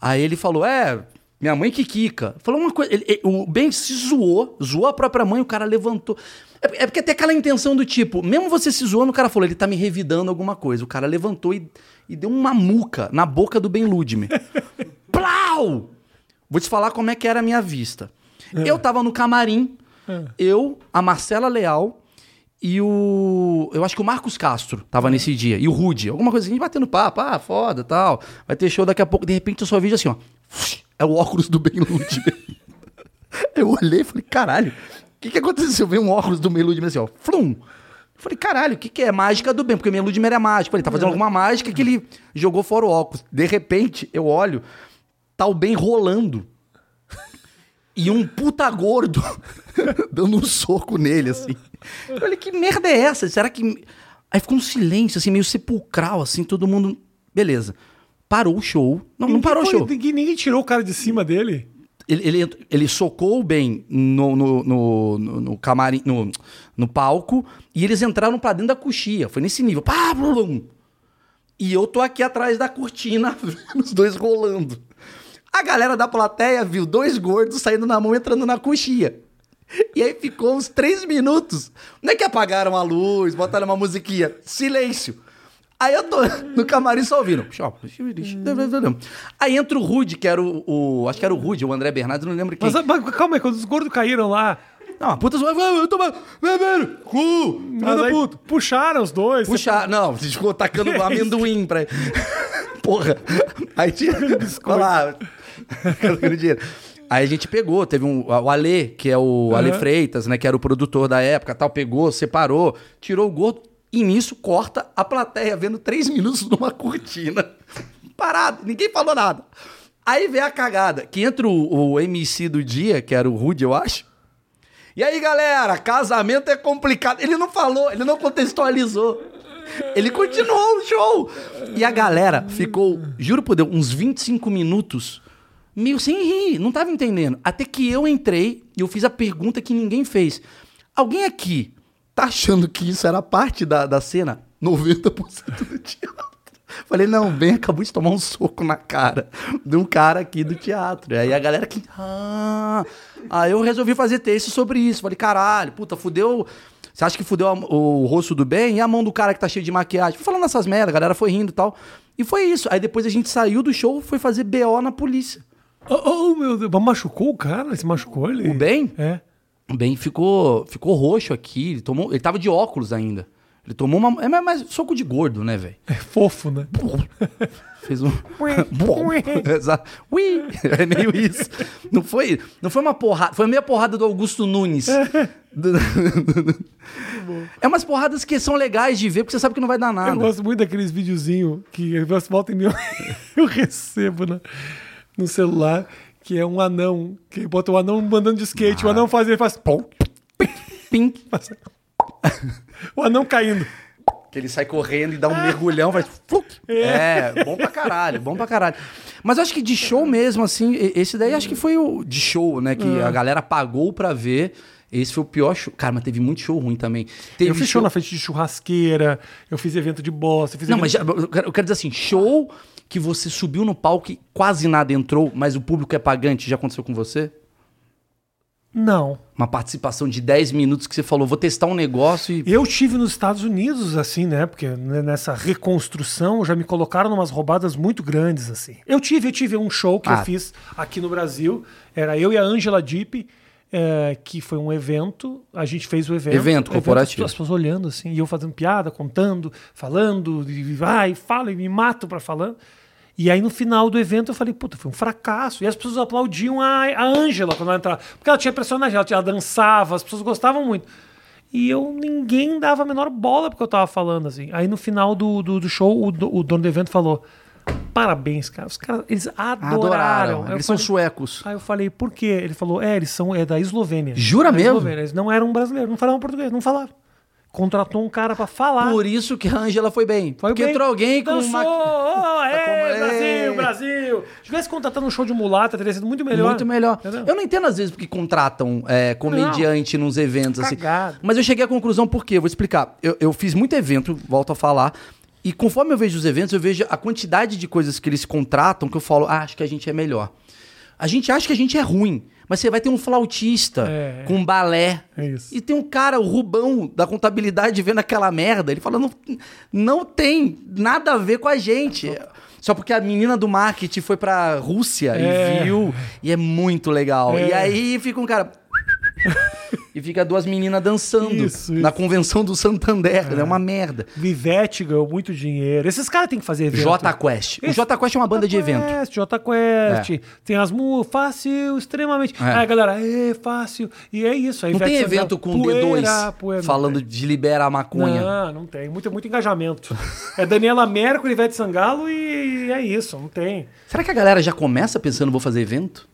Aí ele falou: é, minha mãe que quica. Falou uma coisa. ele- ele- o Ben se zoou, zoou a própria mãe, o cara levantou. É, é porque tem aquela intenção do tipo, mesmo você se zoando, o cara falou, ele tá me revidando alguma coisa. O cara levantou e, e deu uma muca na boca do Ben Ludmer. *laughs* Plau! Vou te falar como é que era a minha vista. Eu tava no camarim, eu, a Marcela Leal e o. Eu acho que o Marcos Castro tava nesse dia. E o Rude. Alguma coisa assim, batendo papo, ah, foda tal. Vai ter show daqui a pouco. De repente eu só vejo assim, ó. É o óculos do Ben Ludmer. *laughs* Eu olhei e falei, caralho, o que, que aconteceu? Veio um óculos do Meludmer assim, ó, flum. Eu Falei, caralho, o que, que é? Mágica do bem, porque o Meludmer é mágico. Ele tá fazendo alguma mágica que ele jogou fora o óculos. De repente, eu olho, tá o bem rolando. E um puta gordo *laughs* dando um soco nele, assim. Eu falei, que merda é essa? Será que. Aí ficou um silêncio, assim, meio sepulcral, assim, todo mundo. Beleza. Parou o show. Não, não
Ninguém
parou o
foi-
show
Ninguém, ninguém tirou o cara de cima dele.
ele, ele, ent- ele socou o Ben no, no, no, no, no camarim, no, no palco, e eles entraram pra dentro da coxia. Foi nesse nível. Pá, blum, blum. E eu tô aqui atrás da cortina, *laughs* vendo os dois rolando. A galera da plateia viu dois gordos saindo na mão e entrando na coxia. E aí ficou uns três minutos. Não é que apagaram a luz, botaram uma musiquinha. Silêncio. Aí eu tô *laughs* no camarim só ouvindo. Aí entra o Rude, que era o, o- Acho que era o Rude, o André Bernardo, não lembro quem.
Mas, mas calma aí, quando os gordos caíram lá,
Não, a puta zoou. Eu tô. Vermelho! Cu!
mas
filho da
aí
puta!
puxaram os dois.
Puxar, não, ficou tacando amendoim pra ele. *laughs* Porra. Aí tinha. Olha lá. Cadê o dinheiro? Aí a gente pegou, teve um. O Ale, que é o Ale
Aham.
Freitas, né? Que era o produtor da época tal, pegou, separou, tirou o gordo. E nisso corta a plateia vendo três minutos numa cortina. *laughs* Parado, ninguém falou nada. Aí vem a cagada, que entra o, o MC do dia, que era o Rude, eu acho. E aí, galera, casamento é complicado. Ele não falou, ele não contextualizou. Ele continuou o show. E a galera ficou, juro por Deus, uns 25 minutos meio sem rir, não tava entendendo. Até que eu entrei e eu fiz a pergunta que ninguém fez. Alguém aqui tá achando que isso era parte da, da cena? 90% do teatro. Falei, não, Ben acabou de tomar um soco na cara de um cara aqui do teatro. E aí a galera que. Ah, aí eu resolvi fazer texto sobre isso. Falei, caralho, puta, fudeu. Você acha que fudeu a- o rosto do Ben e a mão do cara que tá cheio de maquiagem? Fui falando essas merda, a galera foi rindo e tal. E foi isso. Aí depois a gente saiu do show, foi fazer BO na polícia.
Oh, oh, meu Deus. Mas machucou o cara? Se machucou ele?
O Ben?
É.
O Ben ficou, ficou roxo aqui. Ele, tomou, ele tava de óculos ainda. Ele tomou uma. É mais, mais soco de gordo, né, velho?
É fofo, né?
Fez um. *laughs* Bom. Exato. Ui! É meio isso. Não foi, não foi uma porrada. Foi meia porrada do Augusto Nunes. Do- é umas porradas que são legais de ver, porque você sabe que não vai dar
Eu
nada.
gosto muito daqueles videozinhos que eu gosto- volta e meia *laughs* eu recebo na- no celular, que é um anão, que bota o anão mandando de skate, o anão faz, ele faz... Pom,
Pim.
faz o anão caindo.
Que ele sai correndo e dá um mergulhão, vai. fluc. É, bom pra caralho, bom pra caralho. Mas eu acho que de show mesmo, assim, e- esse daí acho que foi o de show, né? Que
É.
a galera pagou pra ver. Esse foi o pior show. Cara, mas teve muito show ruim também. Teve
eu fiz show na frente de churrasqueira, eu fiz evento de bosta, eu fiz
Não,
evento-
mas já- eu quero eu quero dizer assim, show que você subiu no palco e quase nada entrou, mas o público é pagante, já aconteceu com você?
Não.
Uma participação de 10 minutos que você falou, vou testar um negócio e.
Eu estive nos Estados Unidos, assim, né? Porque né, nessa reconstrução já me colocaram umas roubadas muito grandes, assim. Eu tive, eu tive um show que eu
Ah.
fiz aqui no Brasil. Era eu e a Angela Deep, eh, que foi um evento. A gente fez o evento.
Evento corporativo.
As pessoas olhando, assim, e eu fazendo piada, contando, falando, e vai, fala, e me mato pra falar. E aí, no final do evento, eu falei, puta, foi um fracasso. E as pessoas aplaudiam a a Ângela quando ela entrava. Porque ela tinha personagem, ela, tinha- ela dançava, as pessoas gostavam muito. E eu, ninguém dava a menor bola porque eu tava falando, assim. Aí, no final do, do, do show, o, do- o dono do evento falou, parabéns, cara. Os caras, eles adoraram. Aí eu
Eles são
falei-
suecos.
Aí eu falei, por quê? Ele falou, é, eles são é da Eslovênia.
Jura
Da
mesmo?
Eslovênia. Eles não eram brasileiros, não falavam português, não falavam. Contratou um cara pra falar.
Por isso que a Angela foi bem.
Foi
porque
bem.
entrou alguém com
Dançou!
uma.
Oh, é,
com- é.
Brasil, Brasil! Se tivesse contratado um show de mulata, teria sido muito melhor.
Muito melhor.
Entendeu?
Eu não entendo às vezes porque contratam é, comediante nos eventos assim.
Cagado.
Mas eu cheguei à conclusão por quê? Vou explicar. Eu, eu fiz muito evento, volto a falar. E conforme eu vejo os eventos, eu vejo a quantidade de coisas que eles contratam que eu falo, ah, acho que a gente é melhor. A gente acha que a gente é ruim, mas você vai ter um flautista
É.
com um balé.
É isso.
E tem um cara, o Rubão, da contabilidade, vendo aquela merda. Ele fala, não, não tem nada a ver com a gente. Só porque a menina do marketing foi pra Rússia
É.
e viu. E é muito legal.
É.
E aí fica
*laughs*
um cara... e fica duas meninas dançando
Isso,
na
isso.
convenção do Santander. É, uma merda.
Vivete ganhou muito dinheiro. Esses caras têm que fazer evento.
J Quest. O
Esse-
J Quest é uma banda de evento.
Quest, Jota Quest, tem as mu fácil, extremamente.
É.
Aí, galera, é fácil. E é isso. aí
Não tem
Ivete Sangalo,
evento com
poeira,
D2
poeira, não
falando
tem.
de liberar maconha.
Não, não tem. Muito, muito engajamento. *laughs* é Daniela Mercury, Ivete Sangalo e é isso. Não tem.
Será que a galera já começa pensando, vou fazer evento?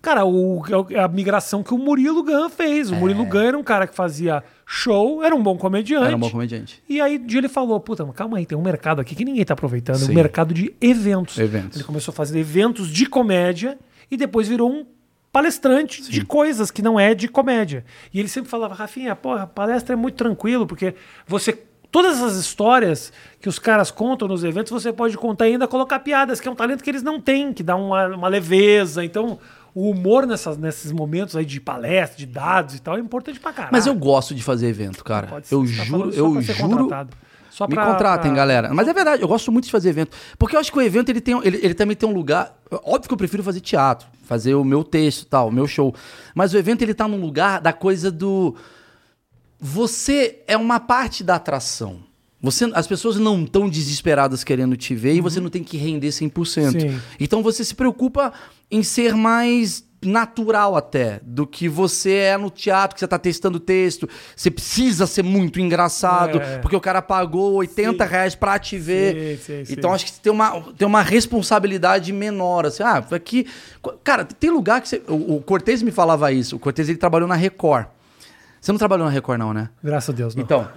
Cara, o, é a migração que o Murilo Gun fez. O Murilo Gun era um cara que fazia show, era um bom comediante.
Era um bom comediante.
E aí um dia ele falou, puta, mas calma aí, tem um mercado aqui que ninguém tá aproveitando,
Sim.
o mercado de eventos.
Eventos.
Ele começou a fazer eventos de comédia e depois virou um palestrante de coisas que não é de comédia. E ele sempre falava, Rafinha, porra, palestra é muito tranquilo, porque você todas essas histórias que os caras contam nos eventos, você pode contar e ainda colocar piadas, que é um talento que eles não têm, que dá uma, uma leveza. Então, o humor nessas, nesses momentos aí de palestra, de dados e tal, é importante pra caralho.
Mas eu gosto de fazer evento, cara.
Pode ser,
eu
você tá
juro,
falando só
eu
pra ser
juro.
contratado. Só
me
pra-
contratem,
pra-
galera. Mas é verdade, eu gosto muito de fazer evento. Porque eu acho que o evento ele, tem, ele, ele também tem um lugar. Óbvio que eu prefiro fazer teatro, fazer o meu texto e tal, o meu show. Mas o evento ele tá num lugar da coisa do. Você é uma parte da atração. Você, as pessoas não estão desesperadas querendo te ver e você não tem que render 100%.
Uhum. Sim.
Então você se preocupa em ser mais natural até do que você é no teatro, que você tá testando texto, você precisa ser muito engraçado,
É.
porque o cara pagou 80 reais pra te ver.
Sim, sim,
então
sim.
acho que você tem uma, tem uma responsabilidade menor, assim, ah, aqui... Cara, tem lugar que você... O, o Cortez me falava isso, o Cortez ele trabalhou na Record. Você não trabalhou na Record não, né?
Graças a Deus, não.
Então,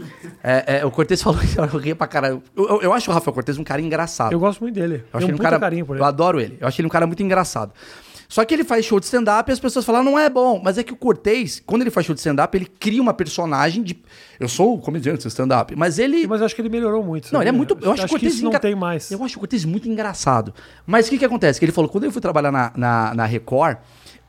é, é, o Cortez *laughs* falou que eu ria pra caralho. Eu, eu- eu acho o Rafael Cortez um cara engraçado.
Eu gosto muito dele.
Eu
Tem
acho
um,
ele um
puta
cara,
carinho por ele.
Eu adoro ele. Eu acho ele um cara muito engraçado. Só que ele faz show de stand-up e as pessoas falam, não é bom. Mas é que o Cortez, quando ele faz show de stand-up, ele cria uma personagem de. Eu sou o comediante de stand-up. Mas ele.
Mas eu acho que ele melhorou muito.
Não,
sabe?
ele é muito. Eu acho,
que isso não
engra-
tem mais.
Eu acho o Cortez muito engraçado. Mas o que, que acontece? Que ele falou, quando eu fui trabalhar na, na, na Record,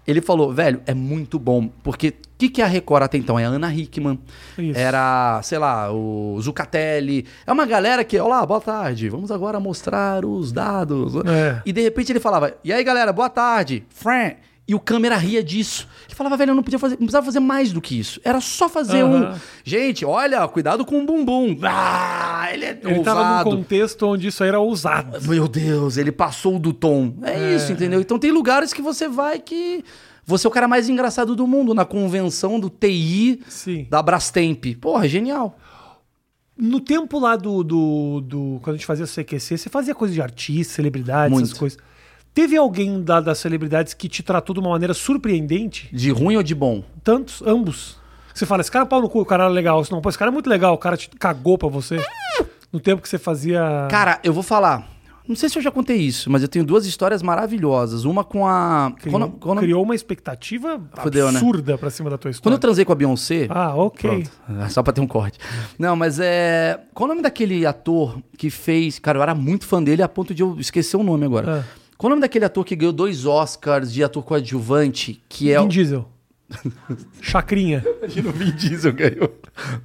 Ele falou, velho, é muito bom. Porque o que, que é a Record até então? É a Ana Hickman,
Isso.
era, sei lá, o Zucatelli. É uma galera que, olá, boa tarde, vamos agora mostrar os dados.
É.
E de repente ele falava, e aí galera, boa tarde, Fran. E o câmera ria disso. Ele falava, velho, eu não podia fazer, não precisava fazer mais do que isso. Era só fazer
Aham.
um. Gente, olha, cuidado com o bumbum. Ah, ele é
Ele tava
ousado.
num contexto onde isso aí era ousado.
Meu Deus, ele passou do tom. É, isso, entendeu? Então tem lugares que você vai que. Você é o cara mais engraçado do mundo na convenção do TI
Sim.
da Brastemp. Porra, genial.
No tempo lá do, do, do- Quando a gente fazia CQC, você fazia coisa de artista, celebridades, essas
Muito.
coisas. Teve alguém da, das celebridades que te tratou de uma maneira surpreendente?
De ruim ou de bom?
Tantos, ambos. Você fala, esse cara é pau no cu, o cara era legal. Você Não, pô, esse cara é muito legal, o cara te cagou pra você. No tempo que você fazia.
Cara, eu vou falar. Não sei se eu já contei isso, mas eu tenho duas histórias maravilhosas. Uma com a.
criou,
Quando, quando-
criou uma expectativa
Fudeu, né?
absurda pra cima da tua
quando
história.
eu transei com a Beyoncé.
Ah, ok.
Pronto. Só pra ter um corte. Não, mas é. Qual o nome daquele ator que fez. Cara, eu era muito fã dele a ponto de eu esquecer o nome agora.
Ah.
Qual o nome daquele ator que ganhou dois Oscars de ator coadjuvante? Que é.
Vin Diesel.
*laughs*
Chacrinha.
Imagina o Vin Diesel ganhou.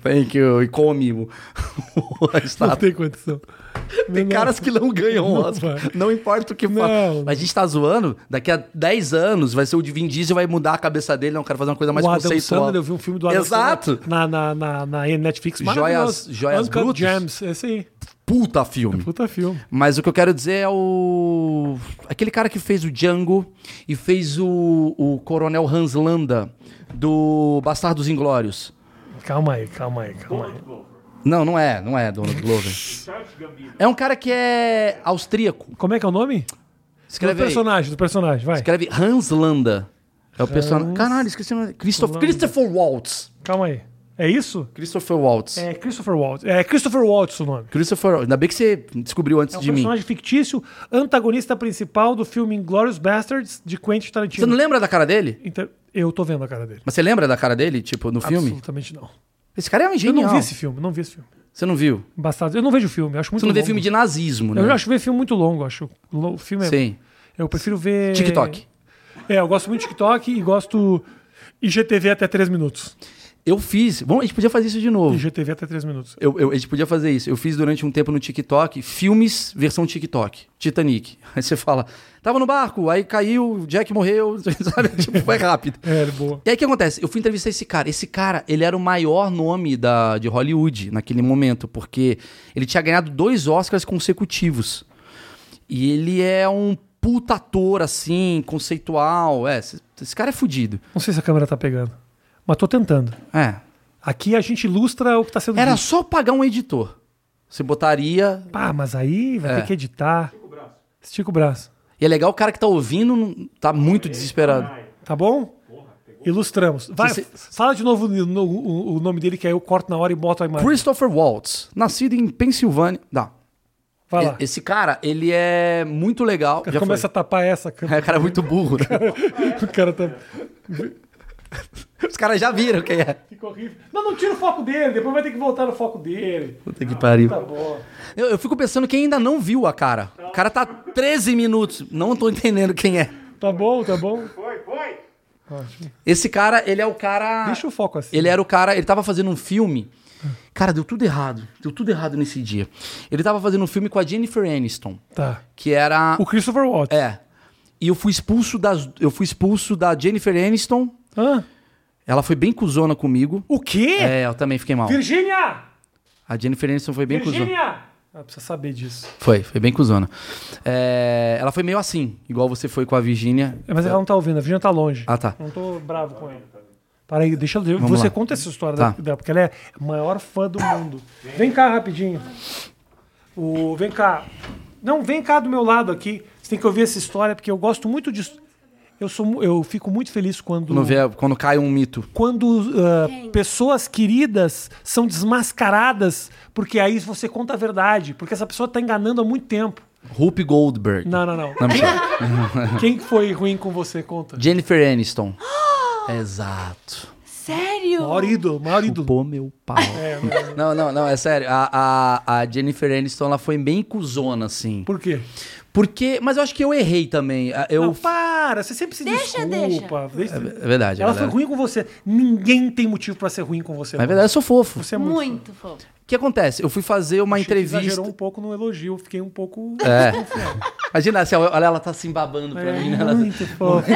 Thank you. E come o- *laughs*
Não
a estátua.
tem condição.
Tem caras que não ganham
Não
Oscar.
vai.
Não importa o que for.
Não.
A gente tá zoando. Daqui a 10 anos vai ser o de Vin Diesel, vai mudar a cabeça dele. Não, quero fazer uma coisa mais
o Adam
conceitual.
Sandler, eu vi um filme do Adam
Exato.
Sandler na, na, na, na Netflix.
Joias-
maravilhoso.
Joias
Uncut
Brutas.
Gems, esse aí.
Puta filme.
Puta filme.
Mas o que eu quero dizer é o. Aquele cara que fez o Django e fez o, o Coronel Hans Landa do Bastardos Inglórios.
Calma aí, calma aí, calma aí.
Não, não é, não é Donald Glover. É um cara que é austríaco.
Como é que é o nome? Do
Escreve, aí.
personagem, do personagem, vai.
Escreve Hans Landa. É o personagem.
Hans
Caralho, esqueci o nome. Christopher,
Landa.
Christopher Waltz.
Calma aí. É isso?
Christopher Waltz.
É Christopher Waltz. É Christopher Waltz o nome.
Christopher, ainda bem que você descobriu antes
É um
de mim.
personagem fictício, antagonista principal do filme Inglourious Bastards de Quentin
Você
Tarantino.
não lembra da cara dele?
Então, eu tô vendo a cara dele.
Mas você lembra da cara dele, tipo, no filme?
Absolutamente não.
Esse cara é um
Eu
genial.
não vi esse filme, não vi esse filme.
Você não viu?
Bastardos. Eu não vejo filme, eu acho muito
Você não vê
longo.
filme de nazismo, né?
Eu acho ver filme muito longo, acho. Lo- O filme é
Sim.
Eu prefiro ver.
TikTok.
É, eu gosto muito de TikTok e gosto. IGTV até 3 minutos.
Eu fiz. Bom, a gente podia fazer isso de novo.
IGTV até 3 minutos.
Eu, eu- a gente podia fazer isso. Eu fiz durante um tempo no TikTok filmes versão TikTok. Titanic. *laughs* Aí você fala, tava no barco, aí caiu, Jack morreu, *laughs* sabe? Tipo, foi rápido.
É, boa.
E aí o que acontece? Eu fui entrevistar esse cara. Esse cara, ele era o maior nome da, de Hollywood naquele momento, porque ele tinha ganhado dois Oscars consecutivos. E ele é um puta ator, assim, conceitual. É, esse, esse cara é fudido.
Não sei se a câmera tá pegando, mas tô tentando.
É.
Aqui a gente ilustra o que tá sendo
Era
dito.
só pagar um editor. Você botaria.
Pá, mas aí vai
É.
ter que editar. Estica o braço. Estica o braço.
E é legal o cara que tá ouvindo não- tá muito desesperado.
Tá bom? Ilustramos. Vai,
Se-
fala de novo o, no- o- o nome dele, que aí eu corto na hora e boto a imagem.
Christopher Waltz, nascido em Pensilvânia. Dá.
Vai lá.
E- Esse cara, ele é muito legal. Já
Começa a tapar essa
foi.
câmera.
É, cara é
*laughs*
muito burro, né?
o cara tá...
Os caras já viram quem é.
Ficou horrível. Não, não tira o foco dele, depois vai ter que voltar no foco dele.
Puta que pariu.
Tá bom.
Eu, eu fico pensando quem ainda não viu a cara. O cara tá 13 minutos. Não tô entendendo quem é.
Tá bom, tá bom. Ah,
Esse cara, ele é o cara.
Deixa o foco assim.
Ele era o cara, ele tava fazendo um filme. Cara, deu tudo errado. Deu tudo errado nesse dia. Ele tava fazendo um filme com a Jennifer Aniston,
Tá.
que era
O Christopher Watts.
é. E eu fui expulso das eu fui expulso da Jennifer Aniston.
Hã?
Ela foi bem cuzona comigo.
O quê?
É, eu também fiquei mal.
Virgínia!
A Jennifer Aniston foi bem cuzona.
Virgínia! Ela precisa saber disso.
Foi, foi bem cuzona. É, ela foi meio assim, igual você foi com a Virginia.
É, mas ela não tá ouvindo, a Virgínia tá longe.
Ah, tá.
Não tô bravo com ela. Para aí, deixa eu ver.
Vamos
Você
lá.
conta essa história
Tá.
da- dela, porque ela é a maior fã do mundo. Vem cá rapidinho. O, vem cá. Não, vem cá do meu lado aqui. Você tem que ouvir essa história, porque eu gosto muito disso. Eu, sou, mu- eu fico muito feliz quando.
Quando, vê, quando cai um mito.
quando ah, pessoas queridas são desmascaradas, porque aí você conta a verdade, porque essa pessoa tá enganando há muito tempo.
Rupe Goldberg.
Não, não,
*laughs*
não.
Não, mentira.
Quem que foi ruim com você, conta. *gasps*
Jennifer Aniston. Exato.
Sério?
Maior ídolo, maior ídolo.
Chupou meu pau. *laughs* não, não, não, é sério. A, a, a Jennifer Aniston, ela foi bem cuzona, assim.
Por quê?
Porque... Mas eu acho que eu errei também. Ah, Eu...
Não, para, você sempre se
Deixa,
desculpa. Deixa.
É verdade, é
Ela
verdade.
foi ruim com você. Ninguém tem motivo pra ser ruim com você.
Mas
mano.
é verdade, eu sou fofo.
Você é muito.
Muito fofo.
O que acontece? Eu fui fazer uma
Achei que
entrevista...
Exagerou um pouco no elogio, eu fiquei um pouco. né? É.
É. Imagina, assim, olha, ela tá se embabando pra mim, né? Ela- *laughs*
muito fofo.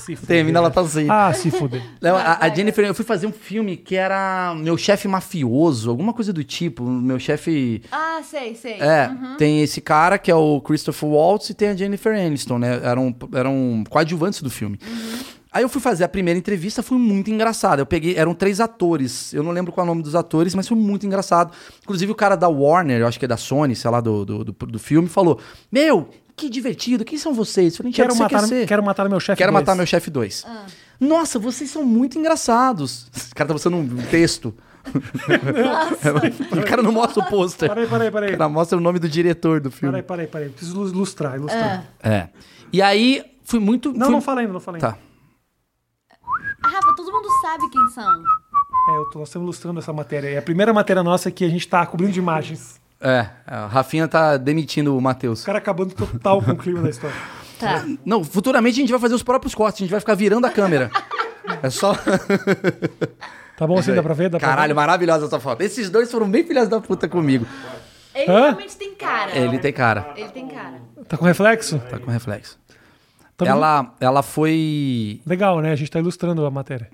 Se fuder.
Termina, ela tá assim.
Ah, se fuder.
Não, a, a Jennifer, eu fui fazer um filme que era meu chefe mafioso, alguma coisa do tipo. Meu chefe.
Ah, sei, sei.
É, tem esse cara que é o Christopher Waltz e tem a Jennifer Aniston, né? Eram, eram coadjuvantes do filme. Aí eu fui fazer a primeira entrevista, foi muito engraçado. Eu peguei, eram três atores, eu não lembro qual é o nome dos atores, mas foi muito engraçado. Inclusive o cara da Warner, eu acho que é da Sony, sei lá, do, do, do, do filme, falou: Meu, que divertido, quem são vocês? Eu falei, "Gente, é
Quero
que você quer
matar,
ser?"
quero matar meu chefe.
Quero
dois.
matar meu chefe 2. Nossa, vocês são muito engraçados. *laughs* O cara tá mostrando um texto. *laughs* o cara não mostra o pôster.
Peraí, peraí,
O
peraí.
cara mostra o nome do diretor do
Peraí,
filme.
peraí, peraí. Preciso ilustrar, ilustrar.
É. E aí, fui muito.
Não,
fui-
não fala ainda, não fala ainda.
Tá.
Ah, Rafa, todo mundo sabe quem são.
É, eu tô, nós estamos ilustrando essa matéria. É a primeira matéria nossa que a gente tá cobrindo de imagens.
É, a Rafinha tá demitindo o Matheus.
O cara acabando total com o clima da história.
Tá.
Não, futuramente a gente vai fazer os próprios cortes, a gente vai ficar virando a câmera. É só.
Tá bom assim? Dá pra ver? Dá pra
Caralho,
ver?
maravilhosa essa foto. Esses dois foram bem filhas da puta comigo.
Ele
Hã?
realmente tem cara.
Ele tem cara.
Ele tem cara.
Tá com reflexo?
Tá com reflexo.
Tá bom.
Ela, ela foi.
Legal, né? A gente tá ilustrando a matéria.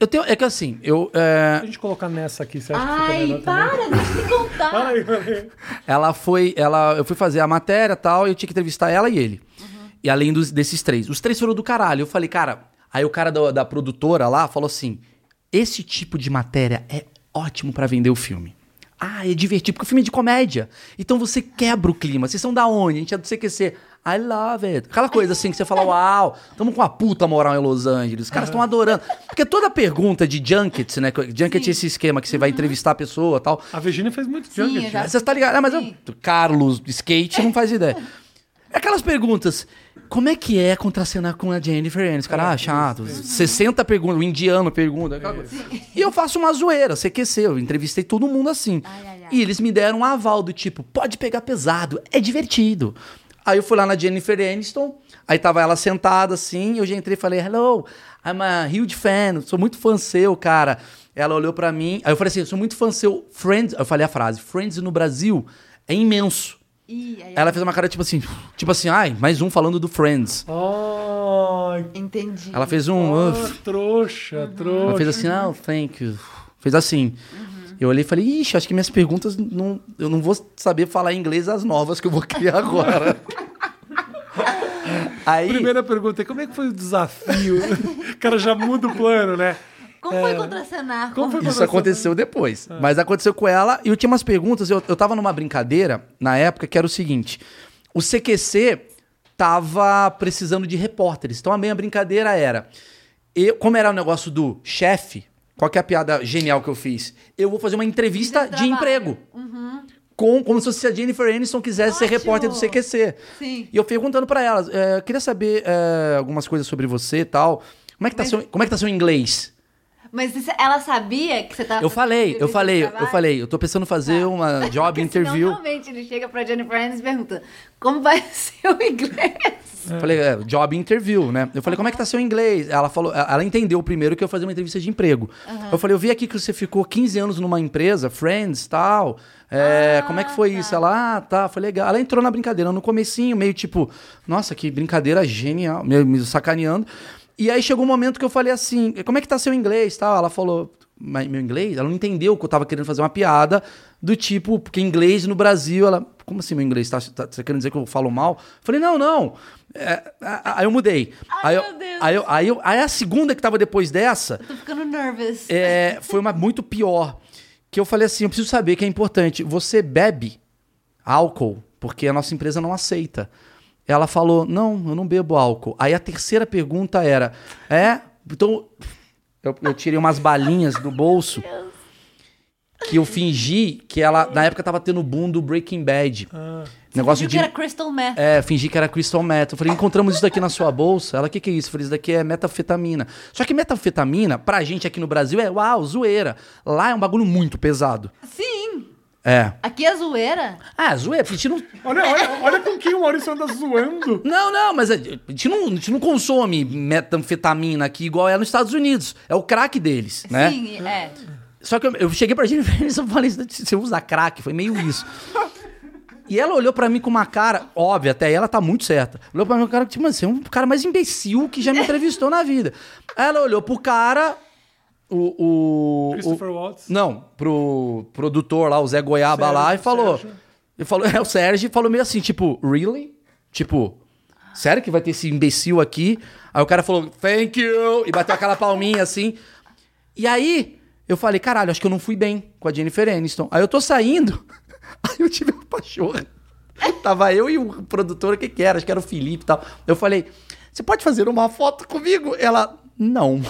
Eu tenho. É que assim, eu. é,
Se a gente colocar nessa aqui, você acha que fica
Ai,
melhor também?
para, deixa eu te contar.
Peraí, peraí.
ela foi. Ela, eu fui fazer a matéria e tal, e eu tinha que entrevistar ela e ele. E além dos- desses três. Os três foram do caralho. Eu falei, cara. Aí o cara da, da produtora lá falou assim: esse tipo de matéria é ótimo pra vender o filme. Ah, é divertido, porque o filme é de comédia. Então você quebra o clima. Vocês são da onde? A gente é do CQC. I love it. Aquela coisa assim que você fala, uau, tamo com uma puta moral em Los Angeles. Os caras estão adorando. Porque toda pergunta de junkets, né? Junket é esse esquema que você vai entrevistar a pessoa e tal.
A Virginia fez muito
Sim,
jungle.
eu já-
Você tá ligado? Ah, mas eu,
Sim.
Carlos, skate, não faz ideia. É Aquelas perguntas. Como é que é contracenar com a Jennifer Aniston? Cara, ah, chato. 60 perguntas, o indiano pergunta. aquela coisa. E eu faço uma zoeira, CQC, eu entrevistei todo mundo assim.
Ai, ai, ai.
E eles me deram um aval do tipo, pode pegar pesado, é divertido. Aí eu fui lá na Jennifer Aniston, aí tava ela sentada assim, eu já entrei e falei, hello, I'm a huge fan, sou muito fã seu, cara. Ela olhou pra mim, aí eu falei assim, eu sou muito fã seu, Friends, eu falei a frase, Friends no Brasil é imenso.
Ih, ai, ai.
Ela fez uma cara tipo assim, tipo assim, ai, mais um falando do Friends.
Ai,
Entendi.
Ela fez um, "Uf."
que trouxa,
Uhum.
trouxa.
Ela fez assim, ah, thank you. Fez assim. Eu olhei e falei, ixi, acho que minhas perguntas não. Eu não vou saber falar inglês as novas que eu vou criar agora. Aí.
Primeira pergunta é como é que foi o desafio? o cara já muda o plano, né?
Como foi contracenar?
Como
com-
foi
Isso aconteceu depois. Mas aconteceu com ela e eu tinha umas perguntas. Eu, eu tava numa brincadeira na época que era o seguinte: o CQC tava precisando de repórteres. Então a minha brincadeira era: eu, como era o negócio do chefe, qual que é a piada genial que eu fiz? Eu vou fazer uma entrevista
De Uhum.
de emprego. Com, como se fosse a Jennifer Aniston quisesse ser
Ótimo.
repórter do CQC.
Sim.
E eu perguntando pra ela, é, queria saber é, algumas coisas sobre você e tal. Como é, que tá seu, como é que tá seu inglês?
Mas isso- ela sabia que você tava.
Eu falei, eu
fazendo
falei,
entrevista de Tá.
eu falei, eu tô pensando fazer uma job
*laughs* Porque senão,
interview.
Normalmente ele chega pra Jennifer Aniston e pergunta: Como vai *laughs* ser o
*laughs*
inglês?
Falei, é, job interview, né? Eu falei, como é que tá seu inglês? Ela falou, ela entendeu primeiro que eu ia fazer uma entrevista de emprego. Eu falei, eu vi aqui que você ficou 15 anos numa empresa, Friends, tal. É, como é que foi isso? Ela, ah, tá, foi legal. Ela entrou na brincadeira no comecinho, meio tipo, nossa, que brincadeira genial, meio me sacaneando. E aí chegou um momento que eu falei assim, como é que tá seu inglês, tal? Ela falou, mas meu inglês? Ela não entendeu que eu tava querendo fazer uma piada do tipo, porque inglês no Brasil, ela. Como assim meu inglês? Tá, tá- você querendo dizer que eu falo mal? Eu falei, não, não. É, a- a- aí eu mudei.
Ai,
aí, eu-
meu Deus.
Aí, eu- aí, eu- aí a segunda que tava depois dessa
Tô ficando nervous.
é, foi uma muito pior. Que eu falei assim: eu preciso saber que é importante. Você bebe álcool, porque a nossa empresa não aceita. Ela falou: não, eu não bebo álcool. Aí a terceira pergunta era: é? Então. Eu, eu tirei umas balinhas do bolso. que eu fingi que ela, na época, tava tendo o boom do Breaking Bad. Negócio
Viu
de.
que era Crystal Meth.
É, fingi que era crystal meth. Eu falei, encontramos isso daqui na sua bolsa. Ela, o que, que é isso? Eu falei, isso daqui é metafetamina. Só que metafetamina, pra gente aqui no Brasil, é uau, zoeira. Lá é um bagulho muito pesado.
Sim.
É.
Aqui é zoeira.
Ah, zoeira, porque a gente não.
Olha, olha, olha com quem o Maurício anda zoando.
Não, não, mas a gente não, a gente não consome metanfetamina aqui igual é nos Estados Unidos. É o crack deles, né?
Sim, é.
Só que eu, eu cheguei pra Jennifer Aniston e *laughs* falei, você usa crack? Foi meio isso. E ela olhou pra mim com uma cara, óbvia, até aí ela tá muito certa. Olhou pra mim com uma cara, tipo, mano, você é um cara mais imbecil que já me entrevistou na vida. Ela olhou pro cara, o... o
Christopher
o-
Waltz.
Não, pro produtor lá, o Zé Goiaba lá, e
Sérgio,
falou...
Sérgio.
Ele falou, *laughs* é, o Sérgio falou meio assim, tipo, really? Tipo, sério que vai ter esse imbecil aqui? Aí o cara falou, thank you, e bateu aquela palminha assim. E aí, eu falei, caralho, acho que eu não fui bem com a Jennifer Aniston. Aí eu tô saindo, *laughs* aí eu tive uma pachorra. Tava eu e o produtor, o que que era? Acho que era o Felipe e tal. Eu falei, você pode fazer uma foto comigo? Ela, não.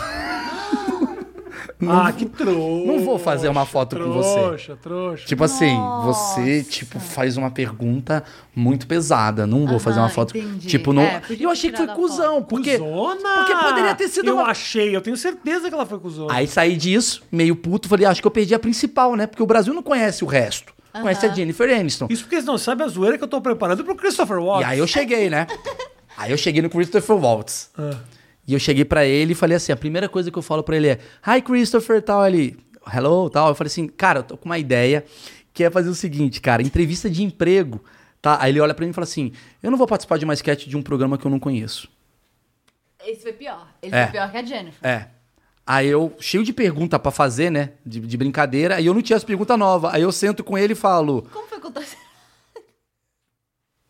ah, que trouxa.
não vou fazer uma foto com você.
Trouxa, trouxa.
Tipo assim, você, tipo, faz uma pergunta muito pesada. Não vou fazer uma
Aham,
foto.
entendi.
Tipo, não.
É,
E
podia
eu achei que
ter
foi
tirado a foto.
cuzão. Porque,
Cusona!
porque poderia ter sido
Eu
uma.
achei, eu tenho certeza que ela foi cuzona.
Aí saí disso, meio puto, falei, "Ah, acho que eu perdi a principal, né? Porque o Brasil não conhece o resto. Conhece a Jennifer Aniston.
Isso porque eles não sabem a zoeira que eu tô preparando pro Christopher Waltz.
E aí eu cheguei, né? aí eu cheguei no Christopher Waltz.
Ah.
E eu cheguei pra ele e falei assim: a primeira coisa que eu falo pra ele é: Hi, Christopher, tal, ele. Hello, tal. Eu falei assim, cara, eu tô com uma ideia que é fazer o seguinte, cara, entrevista de emprego. Tá? Aí ele olha pra mim e fala assim: Eu não vou participar de uma sketch de um programa que eu não conheço.
Esse foi pior. Ele
É.
foi pior que a Jennifer.
É. Aí eu, cheio de pergunta pra fazer, né? De, de brincadeira, aí eu não tinha as perguntas novas. Aí eu sento com ele e falo:
Como foi que eu tô...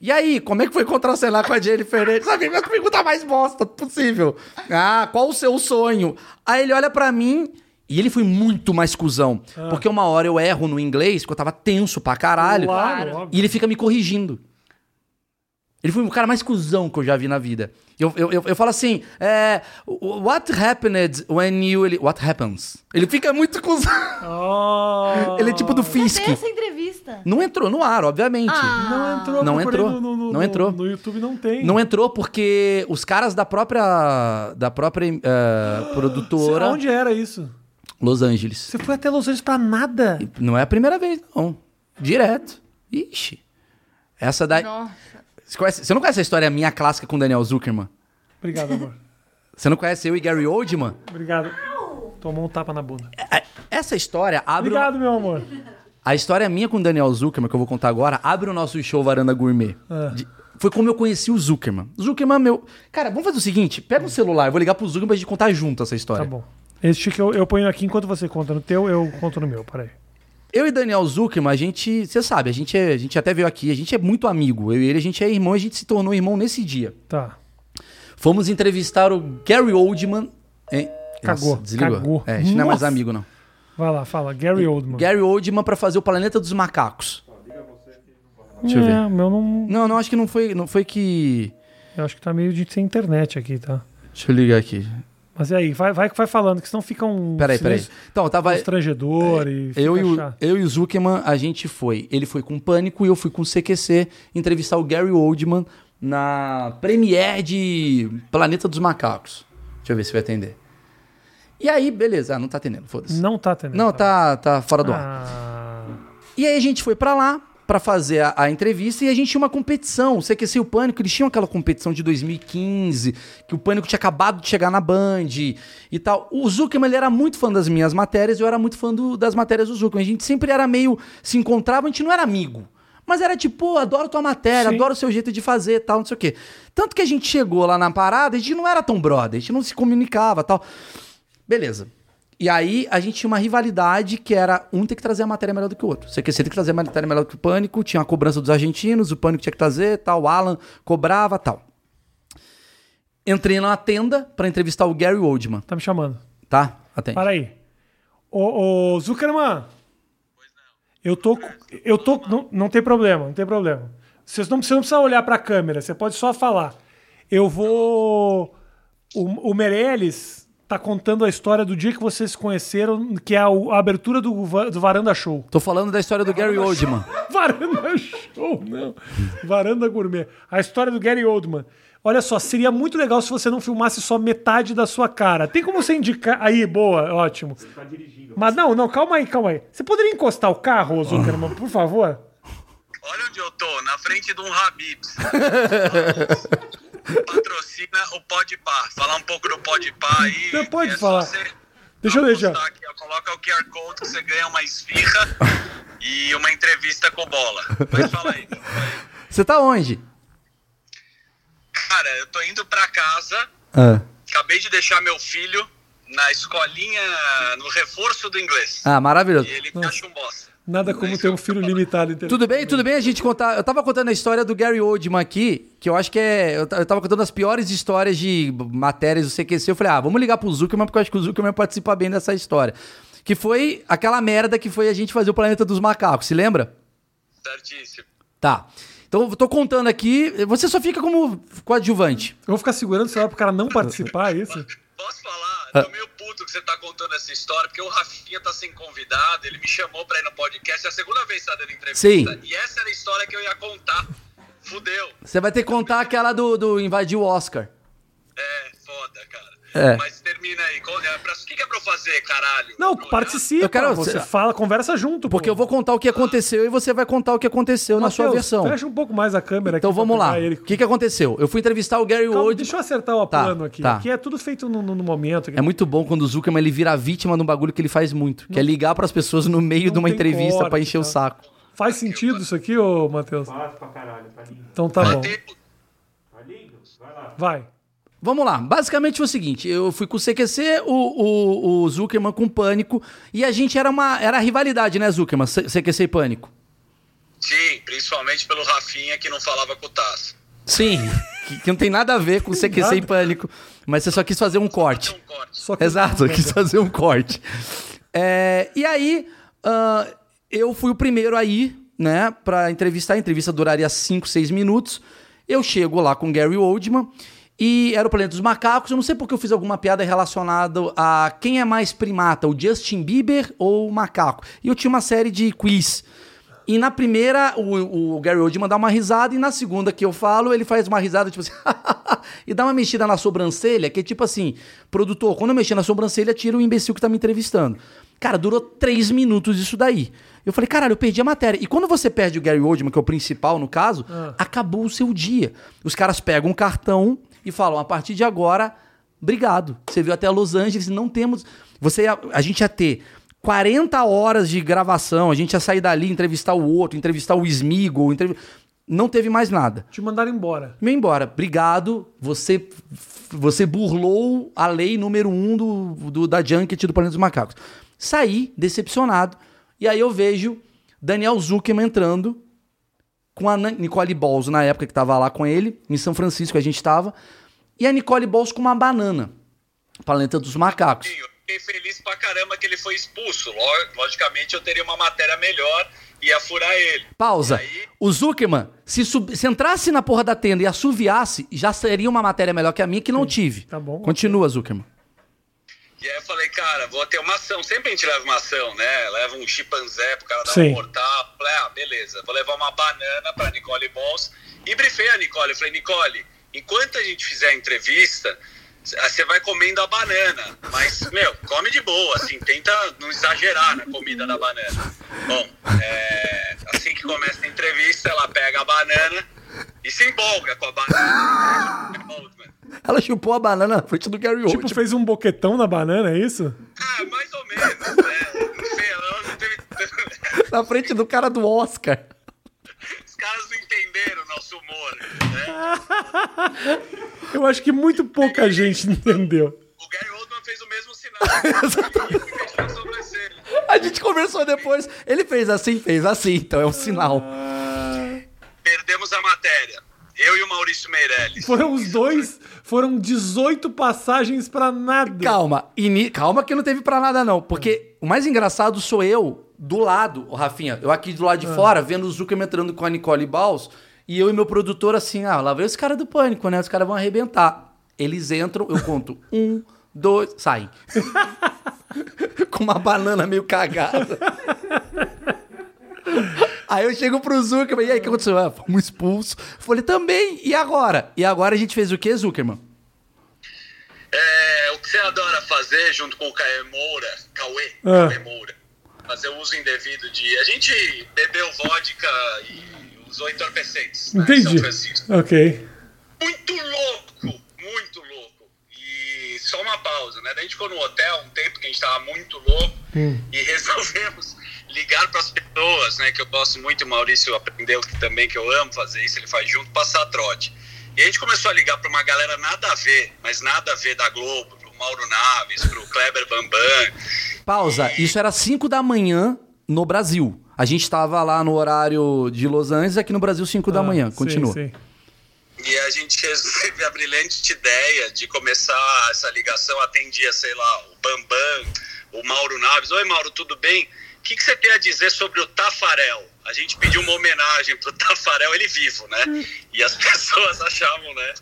E aí, como é que foi contracenar com a Jennifer Aniston? Sabe, minha pergunta mais bosta possível. Ah, qual o seu sonho? Aí ele olha pra mim e ele foi muito mais cuzão. Porque uma hora eu erro no inglês, porque eu tava tenso pra caralho.
Claro,
Claro.
óbvio.
E ele fica me corrigindo. Ele foi o cara mais cuzão que eu já vi na vida. Eu, eu, eu, eu falo assim, é, what happened when you... Ele, what happens? Ele fica muito cuzão.
Ah.
Ele é tipo do
Cadê
Fisk.
essa entrevista?
Não entrou no ar, obviamente.
Ah.
Não entrou,
Não
procurei No,
entrou.
no- no-
Não entrou.
No YouTube não tem.
Não entrou porque os caras da própria da própria eh, produtora
Onde era isso?
Los Angeles.
Você foi até Los Angeles pra nada.
Não é a primeira vez, não. Direto. Ixi. Essa daí.
Nossa.
Você, conhece- você não conhece a história minha clássica com Daniel Zuckerman?
Obrigado, amor.
Você não conhece eu e Gary Oldman?
Obrigado. Tomou um tapa na bunda.
É- Essa história abre. o-
Obrigado, meu amor.
A história minha com o Daniel Zuckerman, que eu vou contar agora, abre o nosso show Varanda Gourmet.
Ah.
De- Foi como eu conheci o Zuckerman. Zuckerman, meu. Cara, vamos fazer o seguinte: pega um celular, eu vou ligar pro Zuckerman pra gente contar junto essa
Tá
história.
bom. Este que eu, eu ponho aqui enquanto você conta no teu, eu conto no meu. Peraí.
Eu e Daniel Zuckerman, a gente, você sabe, a gente, é- a gente até veio aqui, a gente é muito amigo. Eu e ele, a gente é irmão, a gente se tornou irmão nesse dia.
Tá.
Fomos entrevistar o Gary Oldman. Hein?
Cagou,
desligou.
cagou.
É, a gente não é mais
Nossa.
amigo, não.
Vai lá, fala. Gary Oldman.
Gary Oldman pra fazer o Planeta dos Macacos. Deixa eu
É,
ver.
o meu não.
Não, não, acho que não foi, não foi que.
Eu acho que tá meio de sem internet aqui, tá?
Deixa eu ligar aqui.
Mas e aí, vai, vai, vai falando, que senão fica um.
Peraí, peraí.
silêncio
Então, tava.
Constrangedor e. fica
é, Eu e, o,
chato.
eu e o Zuckerman, a gente foi. Ele foi com Pânico e eu fui com CQC entrevistar o Gary Oldman na premiere de Planeta dos Macacos. Deixa eu ver se vai atender. E aí, beleza. Ah, não tá atendendo, foda-se.
Não tá atendendo.
Não, tá, tá fora do ar.
Ah,
E aí a gente foi pra lá pra fazer a, a entrevista e a gente tinha uma competição. O CQC e o Pânico, eles tinham aquela competição de 2015, que o Pânico tinha acabado de chegar na Band e tal. O Zuckerman, ele era muito fã das minhas matérias, eu era muito fã do- das matérias do Zuckerman. A gente sempre era meio... Se encontrava, a gente não era amigo. Mas era tipo, pô, adoro tua matéria,
Sim.
adoro o seu jeito de fazer tal, não sei o quê. Tanto que a gente chegou lá na parada, a gente não era tão brother, a gente não se comunicava tal. Beleza. E aí a gente tinha uma rivalidade que era um ter que trazer a matéria melhor do que o outro. Você quer você tem que trazer a matéria melhor do que o pânico, tinha a cobrança dos argentinos, o pânico tinha que trazer, tal, o Alan cobrava, tal. Entrei numa tenda pra entrevistar o Gary Oldman,
tá me chamando.
tá? Atende.
Para aí. Ô, ô Zuckerman. Eu tô. Eu tô. Não, não tem problema, não tem problema. Vocês não, você não precisa olhar pra câmera, você pode só falar. Eu vou. O, o Meirelles tá contando a história do dia que vocês se conheceram, que é a, a abertura do, va- do Varanda Show.
Tô falando da história do Gary Oldman.
Varanda *laughs* Show, não. Varanda Gourmet. A história do Gary Oldman. Olha só, seria muito legal se você não filmasse só metade da sua cara. Tem como você indicar. Aí, boa, ótimo. Você tá dirigindo. Mas não, não, calma aí, calma aí. Você poderia encostar o carro, ô
Ah.
Zuckerman, por favor?
Olha onde eu tô, na frente de
*laughs*
um Habibs. Patrocina o Podpah. Falar um pouco do Podpah aí.
Você pode
que é só
falar.
você
Deixa eu
apostar
deixar.
Aqui, ó. Coloca o QR Code que você ganha
*laughs*
uma esfirra e uma entrevista com bola. Mas fala aí.
Você tá onde?
Cara, eu tô indo pra casa. Acabei de deixar meu filho na escolinha, no reforço do inglês.
Ah, maravilhoso.
E ele me acha um bosta.
Nada como ter um filho limitado, entendeu?
Tudo bem, tudo bem a gente contar. Eu tava contando a história do Gary Oldman aqui, que eu acho que é. Eu ta- eu tava contando as piores histórias de b- matérias do CQC. Eu falei, ah, vamos ligar pro Zuckerman, porque eu acho que o Zuckerman participa bem dessa história. Que foi aquela merda que foi a gente fazer o Planeta dos Macacos, se lembra?
Certíssimo.
Tá. Então eu tô contando aqui. Você só fica como coadjuvante.
Eu vou ficar segurando o celular pro cara não participar, é isso? Ah.
Posso falar? Eu Tô meio puto que você tá contando essa história, porque o Rafinha tá sem convidado, ele me chamou pra ir no podcast, é a segunda vez que tá dando entrevista.
Sim.
E essa era a história que eu ia contar. Fudeu.
Você vai ter que contar aquela do, do invadir o Oscar.
É, foda, cara.
É.
Mas termina aí. Qual- é, pra- O que que é pra eu fazer, caralho?
Não,
Pra olhar?
participa.
Eu quero-
Você fala, conversa junto.
Porque
pô.
eu vou contar o que aconteceu e você vai contar o que aconteceu na sua
Mateus,
versão.
Fecha um pouco mais a câmera
Então
aqui pra
vamos lá.
pegar
O
ele.
que, que aconteceu? Eu fui entrevistar o Gary
Calma,
Oldman.
deixa eu acertar o
Tá,
plano aqui.
tá.
Aqui é tudo feito no, no- no momento.
É muito bom quando o Zuckerman ele vira vítima de um bagulho que ele faz muito, que é ligar pras pessoas no meio
Não
de uma
tem
entrevista
corte,
pra encher o
tá?
saco.
Faz sentido isso aqui, ô Matheus?
Fácil pra caralho, tá lindo.
Então tá bom.
Tempo-
Tá lindo? Vai lá.
Vai.
Vamos lá. Basicamente foi o seguinte: eu fui com o CQC, o, o, o Zuckerman com pânico, e a gente era uma era rivalidade, né, Zuckerman? C- CQC e pânico.
Sim, principalmente pelo Rafinha que não falava com o Tasso.
Sim. *laughs* que, que não tem nada a ver com CQC e pânico, mas você só quis fazer um corte.
Tem um corte.
Só que-
Exato,
*laughs*
eu quis fazer um corte. É, e aí, ah, eu fui o primeiro aí, né, pra entrevistar. A entrevista duraria 5, 6 minutos. Eu chego lá com o Gary Oldman e era o Planeta dos Macacos. Eu não sei porque eu fiz alguma piada relacionada a quem é mais primata, o Justin Bieber ou o macaco. E eu tinha uma série de quiz. E na primeira, o, o Gary Oldman dá uma risada, e na segunda que eu falo, ele faz uma risada, tipo assim, *laughs* e dá uma mexida na sobrancelha, que é tipo assim, produtor, quando eu mexer na sobrancelha, tira o imbecil que tá me entrevistando. Cara, durou três minutos isso daí. Eu falei, caralho, eu perdi a matéria. E quando você perde o Gary Oldman, que é o principal no caso, acabou o seu dia. Os caras pegam um cartão e falam, a partir de agora, obrigado. Você veio até Los Angeles, não temos... Você, ia- a gente ia ter 40 horas de gravação, a gente ia sair dali, entrevistar o outro, entrevistar o Smigol, entrev... não teve mais nada.
Te mandaram embora.
Meu embora, obrigado, você você burlou a lei número um do, do- da Junket do Planeta dos Macacos. Saí decepcionado, e aí eu vejo Daniel Zuckerman entrando com a Nan- Nicole Balls na época que tava lá com ele, em São Francisco a gente tava, e a Nicole Balls com uma banana, Planeta dos Macacos.
Eu fiquei feliz pra caramba que ele foi expulso. Lo- Logicamente eu teria uma matéria melhor e ia furar ele.
Pausa.
E aí?
O Zuckerman, se, sub- se entrasse na porra da tenda e assoviasse, já seria uma matéria melhor que a minha que não tive.
tá bom.
Continua, Zuckerman.
E aí eu falei, cara, vou ter uma ação. Sempre a gente leva uma ação, né? Leva um chimpanzé pro cara dar
Sim.
um mortal. Falei, ah, beleza. Vou levar uma banana pra Nicole Bols. E brifei a Nicole. Falei, Nicole, enquanto a gente fizer a entrevista, ah, você vai comendo a banana. Mas, meu, come de boa, assim. Tenta não exagerar na comida da banana. Bom, é, assim que começa a entrevista, ela pega a banana e se embolga com a banana. Goldman.
Ela chupou a banana na frente do Gary
Tipo, fez um boquetão na banana, é isso?
Ah, mais ou menos, né? Não sei, ela não teve... *laughs*
na frente do cara do Oscar.
Os caras não entenderam o nosso humor, né?
Eu acho que muito *laughs* pouca gente entendeu.
O Gary Oldman fez o mesmo sinal. Ele mexeu na sobrancelha.
A gente conversou depois. Ele fez assim, fez assim, então é um sinal.
Perdemos a matéria. Eu e o Maurício Meirelles.
Foram os dois, foram 18 passagens pra nada.
Calma, ini- calma que não teve pra nada não, porque o mais engraçado sou eu do lado, o Rafinha, eu aqui do lado de fora, vendo o Zuckerman entrando com a Nicole Baus, e eu e meu produtor assim, ah, lá vem os caras do pânico, né? Os caras vão arrebentar. Eles entram, eu conto um, dois, saem. *laughs* Com uma banana meio cagada. Aí eu chego pro Zuckerman, e aí o que aconteceu? Ah, fomos expulsos. Falei, também, e agora? E agora a gente fez o quê, Zuckerman?
É, o que você adora fazer junto com o Caê Moura, Cauê,
Ah.
Cauê Moura, fazer o uso indevido de. A gente bebeu vodka e usou entorpecentes. né, em São
Entendi.
Francisco.
Ok.
Muito louco, muito louco. E só uma pausa, né? Daí a gente ficou no hotel um tempo que a gente tava muito louco e *laughs* resolvemos ligar para as pessoas, né? Que eu gosto muito, o Maurício aprendeu que também que eu amo fazer isso, ele faz junto, passar trote. E a gente começou a ligar para uma galera nada a ver, mas nada a ver da Globo, pro Mauro Naves, pro Kleber Bambam.
Pausa, isso era 5 da manhã no Brasil. A gente tava lá no horário de Los Angeles, aqui no Brasil 5 da manhã.
Ah, sim,
Continua.
sim.
E a gente *laughs* teve a brilhante ideia de começar essa ligação. Atendia, sei lá, o Bambam, o Mauro Naves. Oi, Mauro, tudo bem? O que, que você tem a dizer sobre o Tafarel? A gente pediu uma homenagem pro Tafarel, ele vivo, né? E as *laughs* pessoas achavam, né?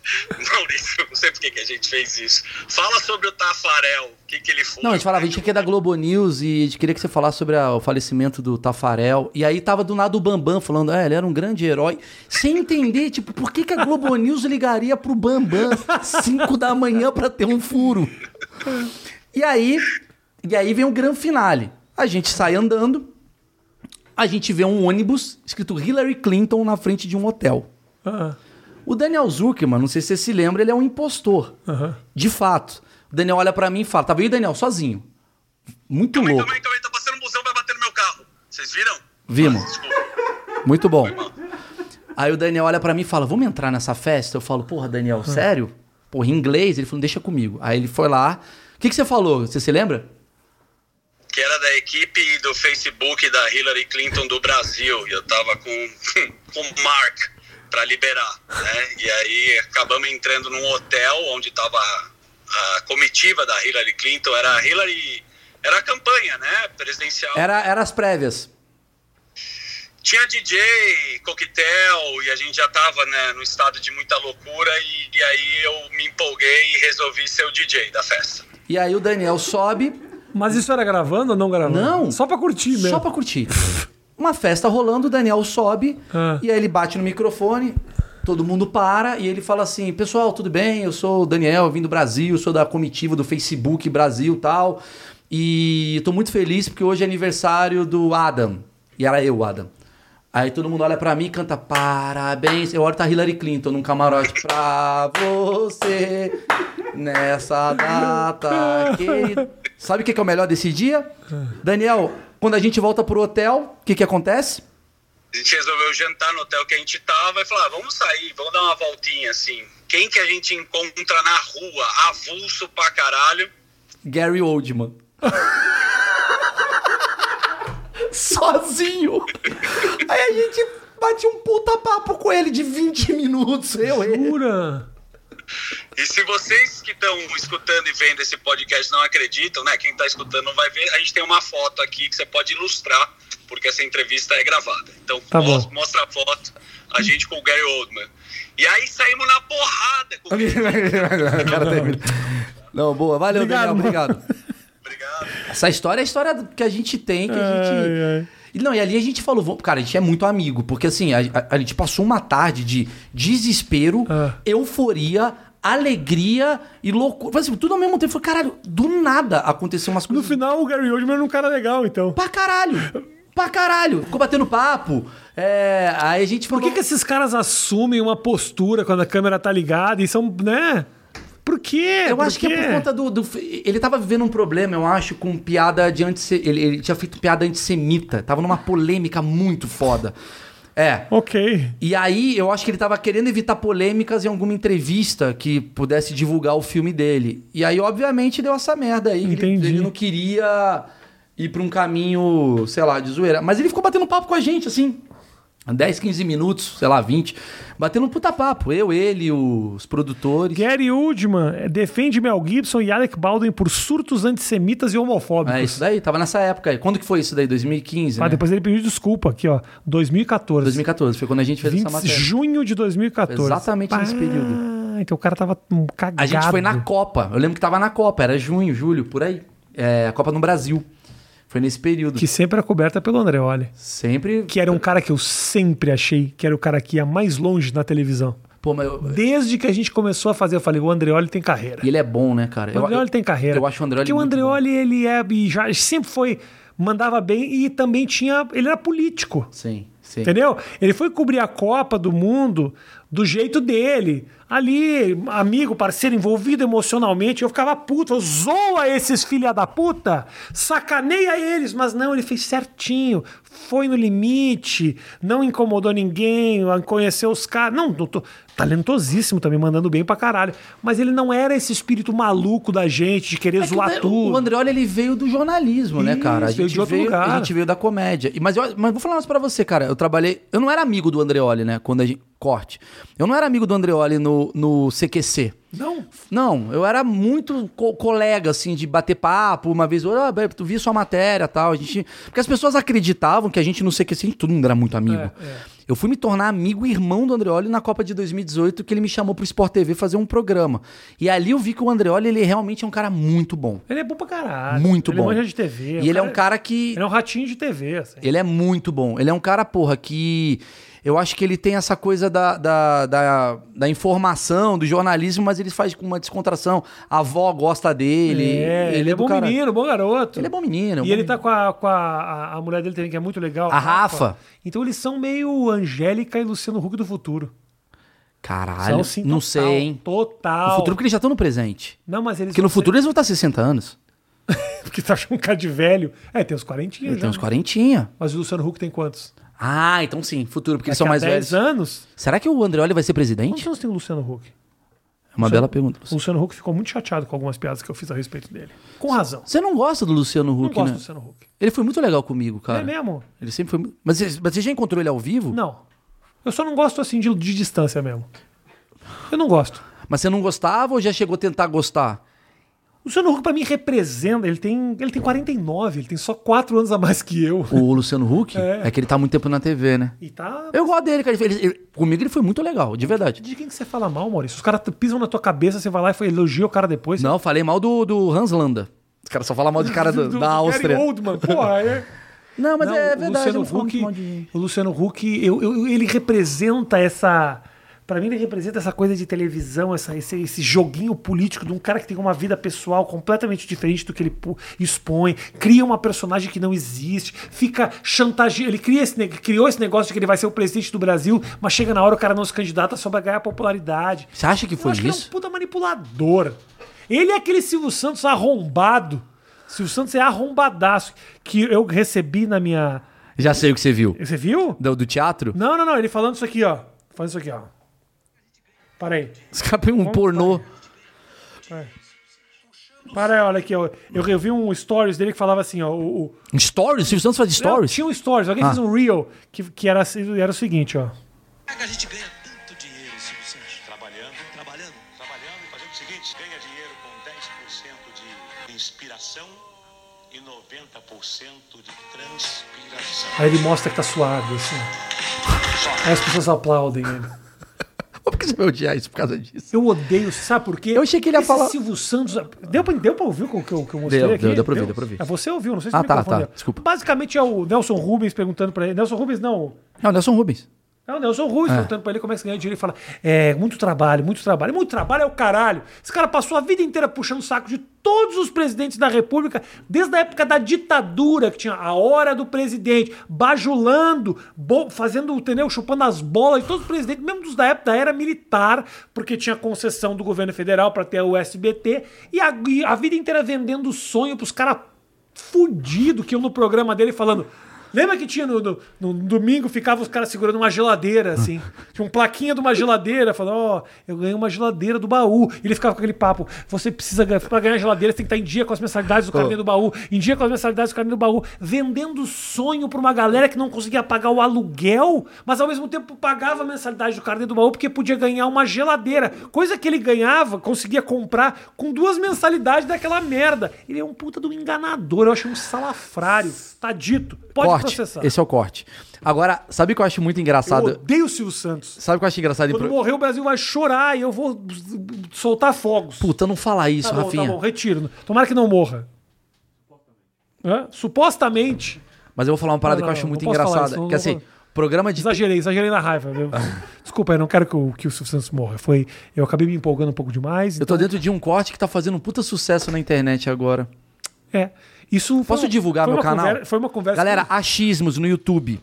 Maurício, não sei por que, que a gente fez isso. Fala sobre o Tafarel, o que, que ele foi.
Não, a gente falava, a gente aqui é da Globo News e a gente queria que você falasse sobre a- o falecimento do Tafarel. E aí tava do nada o Bambam falando, é, ele era um grande herói. Sem entender, tipo, por que, que a Globo News ligaria pro Bambam 5 da manhã pra ter um furo? E aí, e aí vem o grande finale. A gente sai andando, a gente vê um ônibus escrito Hillary Clinton na frente de um hotel.
Ah,
O Daniel Zuckerman, não sei se você se lembra, ele é um impostor.
Aham.
De fato. O Daniel olha pra mim e fala: tava eu e o Daniel sozinho. Muito
Calma aí,
louco.
calma aí, calma aí, tá passando um busão, vai bater no meu carro. Vocês viram?
Vimos.
Desculpa.
Muito bom. Aí o Daniel olha pra mim e fala: Vamos entrar nessa festa? Eu falo: Porra, Daniel, sério? Porra, em inglês? Ele falou: Deixa comigo. Aí ele foi lá. O que, que você falou? Você se lembra?
que era da equipe do Facebook da Hillary Clinton do Brasil. E eu tava com *laughs* com o Mark para liberar, né? E aí acabamos entrando num hotel onde tava a comitiva da Hillary Clinton, era a Hillary, era a campanha, né, presidencial.
Era, era as prévias.
Tinha DJ, coquetel, e a gente já tava, né, num estado de muita loucura e, e aí eu me empolguei e resolvi ser o DJ da festa.
E aí o Daniel sobe,
Mas isso era gravando ou não gravando?
Não.
Só pra curtir mesmo.
Só pra curtir. Uma festa rolando, o Daniel sobe
Ah.
e aí ele bate no microfone, todo mundo para e ele fala assim: Pessoal, tudo bem? Eu sou o Daniel, eu vim do Brasil, sou da comitiva do Facebook Brasil e tal. E tô muito feliz porque hoje é aniversário do Adam. E era eu, Adam. Aí todo mundo olha pra mim e canta parabéns. Eu olho tá Hillary Clinton num camarote pra você nessa data. Que... Sabe o que que é o melhor desse dia? Daniel, quando a gente volta pro hotel, o que que acontece?
A gente resolveu jantar no hotel que a gente tava e falar, "Ah, vamos sair, vamos dar uma voltinha assim. Quem que a gente encontra na rua, avulso pra caralho?
Gary Oldman. *laughs* Sozinho. Aí a gente bate um puta papo com ele de 20 minutos, eu, ele.
Jura?
E se vocês que estão escutando e vendo esse podcast não acreditam, né? Quem tá escutando não vai ver, a gente tem uma foto aqui que você pode ilustrar, porque essa entrevista é gravada. Então
Tá bom.
mostra, mostra a foto, a gente com o Gary Oldman. E aí saímos na porrada
Tá
com
*laughs*
o Gary.
O cara termina. Não, boa. Valeu,
Obrigado,
Daniel.
mano.
Obrigado.
Obrigado.
Essa história é a história que a gente tem, que a gente.
Ai, ai.
E Não, e ali a gente falou, "Vamos- cara, a gente é muito amigo, porque assim, a, a- a gente passou uma tarde de desespero,
Ah.
euforia, alegria e loucura. Mas, assim, tudo ao mesmo tempo. Falei, caralho, do nada aconteceu umas
No
coisas.
final, o Gary Oldman era um cara legal, então.
Pra caralho! Pra caralho! Ficou batendo papo. É, aí a gente
Por
falou.
que, que esses caras assumem uma postura quando a câmera tá ligada e são, né? Por quê?
Eu acho que é
quê?
por conta do, do- Ele tava vivendo um problema, eu acho, com piada de antisse... ele, ele tinha feito piada antissemita. Tava numa polêmica muito foda. É.
Ok.
E aí, eu acho que ele tava querendo evitar polêmicas em alguma entrevista que pudesse divulgar o filme dele. E aí, obviamente, deu essa merda aí. Ele-
Entendi.
Ele, não queria ir pra um caminho, sei lá, de zoeira. Mas ele ficou batendo papo com a gente, assim. 10, 15 minutos, sei lá, 20. Batendo um puta papo. Eu, ele, os produtores.
Gary Oldman eh, defende Mel Gibson e Alec Baldwin por surtos antissemitas e homofóbicos.
É isso daí, tava nessa época aí. Quando que foi isso daí? 2015,
Ah,
né?
depois ele pediu desculpa aqui, ó. 2014.
2014, foi quando a gente fez essa
20,
matéria.
junho de 2014.
é Exatamente nesse período.
Ah, Então o cara tava hum, cagado.
A gente foi na Copa. Eu lembro que tava na Copa, era junho, julho, por aí. É, a Copa no Brasil. Foi nesse período.
Que sempre era coberta pelo André, olha.
Sempre.
Que era um cara que eu sempre achei que era o cara que ia mais longe na televisão.
Pô, mas eu-
Desde que a gente começou a fazer, eu falei, o Andreoli tem carreira.
E ele é bom, né, cara?
O
Eu-
Andreoli
eu-
tem carreira.
Eu acho o Andreoli.
Porque o
muito bom.
Andreoli, ele é. e já sempre foi. Mandava bem e também tinha. Ele era político.
Sim, sim.
Entendeu? Ele foi cobrir a Copa do Mundo do jeito dele. Ali, amigo, parceiro, envolvido emocionalmente, eu ficava puto. Eu zoa esses filha da puta, sacaneia eles, mas não, ele fez certinho. Foi no limite, não incomodou ninguém, conheceu os caras. Não, doutor, talentosíssimo também, mandando bem pra caralho. Mas ele não era esse espírito maluco da gente, de querer
É que o
zoar
Dan-
tudo.
O Andreoli ele veio do jornalismo, né, cara? A
Isso, veio
gente
de outro
veio,
lugar.
a gente veio da comédia. E- Mas, eu- mas vou falar um negócio pra você, cara. Eu trabalhei. Eu não era amigo do Andreoli, né? Quando a gente. Corte. Eu não era amigo do Andreoli no, no CQC.
Não,
Não, eu era muito co- colega, assim, de bater papo uma vez, ah, Beto, tu via sua matéria tal. A gente... Porque as pessoas acreditavam que a gente não sei o que, assim, todo mundo era muito amigo. Eu fui me tornar amigo e irmão do Andreoli na Copa de 2018, que ele me chamou pro Sport TV fazer um programa. E ali eu vi que o Andreoli, ele realmente é um cara muito bom.
ele é bom pra caralho.
Muito
ele
bom.
Ele de TV.
E
o
ele é um cara que.
Ele é um ratinho de TV, assim.
Ele é muito bom. Ele é um cara, porra, que. Eu acho que ele tem essa coisa da, da, da, da informação, do jornalismo, mas ele faz com uma descontração. A avó gosta dele.
É, ele, é
do
bom
cara-
menino, bom garoto.
Ele é bom menino. é um
E
bom
ele
menino.
tá com a, com a, a- a mulher dele também, que é muito legal.
A Rafa.
Então eles são meio Angélica e Luciano Huck do futuro. São,
Caralho,
sim,
Ah, não
total,
sei, hein?
Total.
No futuro, porque eles já estão no presente.
Não, mas eles
Porque no
vão ser-
futuro eles vão estar 60 anos.
*laughs* Porque tá achando um cara de velho. É, tem uns 40
Ele
já.
tem uns 40.
Mas o Luciano Huck tem quantos?
Ah, então sim, futuro, porque eles são
Daqui a
mais
10
velhos.
anos?
Será que o Andreoli vai ser
Quantos
presidente?
anos tem o Luciano Huck?
É uma bela pergunta.
O Luciano Huck ficou muito chateado com algumas piadas que eu fiz a respeito dele. Com razão.
Você não gosta do Luciano
Não
Huck,
gosto
né?
do Luciano Huck.
Ele foi muito legal comigo, cara.
É mesmo?
Ele sempre foi. mu- Mas você, mas você já encontrou ele ao vivo?
Não. Eu só não gosto assim de, de distância mesmo. Eu não gosto.
Mas você não gostava ou já chegou a tentar gostar?
O Luciano Huck, pra mim, representa. Ele tem, ele tem 49, ele tem só 4 anos a mais que eu.
O Luciano Huck?
É.
É. que ele tá há muito tempo na TV, né?
E tá.
Eu gosto dele, cara. Ele- ele- comigo ele foi muito legal, de verdade.
De quem que você fala mal, Maurício? Os caras t- pisam na tua cabeça, você vai lá e foi- elogia o cara depois.
Não, eu falei mal do, do Hans Landa. Os caras só falam mal
*laughs*
de cara do- da Áustria.
Gary Oldman, porra, é.
Não, mas
Não,
é verdade.
O
eu
Luciano
falo muito
Huck,
mal de-
o Luciano Huck eu- eu- ele representa essa. Pra mim, ele representa essa coisa de televisão, essa- esse, esse joguinho político de um cara que tem uma vida pessoal completamente diferente do que ele pu- expõe, cria uma personagem que não existe, fica chantageando. Ele cria esse ne- criou esse negócio de que ele vai ser o presidente do Brasil, mas chega na hora o cara não se candidata só pra ganhar popularidade.
Você acha que
Eu
foi
acho que ele é um
isso?
puta manipulador. Ele é aquele Silvio Santos arrombado. Silvio Santos é arrombadaço. Que eu recebi na minha.
Já sei o que você viu.
Você viu?
Do, do teatro?
é um Não, não, não. Ele falando isso aqui, ó. Falando isso aqui, ó. Para aí.
Escapei um pornô.
Para aí, olha aqui. ó. Eu, eu vi um stories dele que falava assim, ó. O, o-
Um stories? O Silvio Santos faz
Não,
stories? Ah.
Tinha um stories. Alguém fez um reel que, que era, assim- era o seguinte, ó.
Como é que a gente ganha tanto dinheiro, Silvio Santos? Trabalhando. Trabalhando.
trabalhando e fazendo o seguinte: ganha dinheiro com 10% de inspiração e 90% de transpiração.
Aí ele mostra que tá suado, assim. Aí as pessoas aplaudem ele.
*laughs* Por que você vai odiar isso por causa disso?
Eu odeio, sabe por quê?
Eu achei que ele ia
Esse
falar-
Silvio Santos. Deu pra, deu pra ouvir o que eu, que eu mostrei
Deu,
aqui?
deu, deu pra ouvir, deu pra ouvir.
É, você ouviu, não sei se
Ah,
o
tá,
microfone
tá,
deu.
desculpa.
Basicamente é o Nelson Rubens perguntando pra ele. Nelson Rubens, não.
Não, Nelson Rubens.
É o Nelson Rubens perguntando pra ele como é que você ganha dinheiro. Ele fala: é, muito trabalho, muito trabalho. Muito trabalho é o caralho. Esse cara passou a vida inteira puxando o saco de todos os presidentes da República, desde a época da ditadura, que tinha a hora do presidente, bajulando, bo- fazendo o entendeu? chupando as bolas de todos os presidentes, mesmo dos da época da era militar, porque tinha concessão do governo federal pra ter o SBT, e a, e a vida inteira vendendo o sonho pros caras fudido que eu no programa dele falando. Lembra que tinha no, no- no domingo, ficava os caras segurando uma geladeira, assim. Tinha um plaquinha de uma geladeira, falando, ó, eu ganhei uma geladeira do baú. E ele ficava com aquele papo, você precisa, ganhar- pra ganhar geladeira, você tem que estar em dia com as mensalidades do carnê do baú, em dia com as mensalidades do carnê do baú, vendendo sonho pra uma galera que não conseguia pagar o aluguel, mas ao mesmo tempo pagava a mensalidade do carnê do baú porque podia ganhar uma geladeira. Coisa que ele ganhava, conseguia comprar com duas mensalidades daquela merda. Ele é um puta do enganador, eu acho um salafrário. Tá dito. Pode
Corte. corte.
processar.
Esse é o corte. Agora, sabe o que eu acho muito
Eu
engraçado?
odeio o Silvio Santos.
Sabe o que eu acho engraçado? em
Quando
pro-
morrer, o Brasil vai chorar e eu vou soltar fogos.
Puta, não fala isso,
tá bom,
Rafinha.
tá bom, retiro. Tomara que não morra. Hã? Supostamente.
Mas eu vou falar uma parada
Não,
que eu
não,
acho muito
não posso falar
engraçada.
isso, não
que
vou
assim,
falar.
programa de.
Exagerei, exagerei na raiva.
*laughs*
viu? Desculpa, eu não quero que o, que o Silvio Santos morra. Foi, eu acabei me empolgando um pouco demais.
Eu tô dentro de um corte que tá fazendo um puta sucesso na internet agora.
É. Isso foi
Posso
uma-
divulgar
foi
meu
uma
canal?
conver- foi uma conversa.
Galera, achismos no YouTube.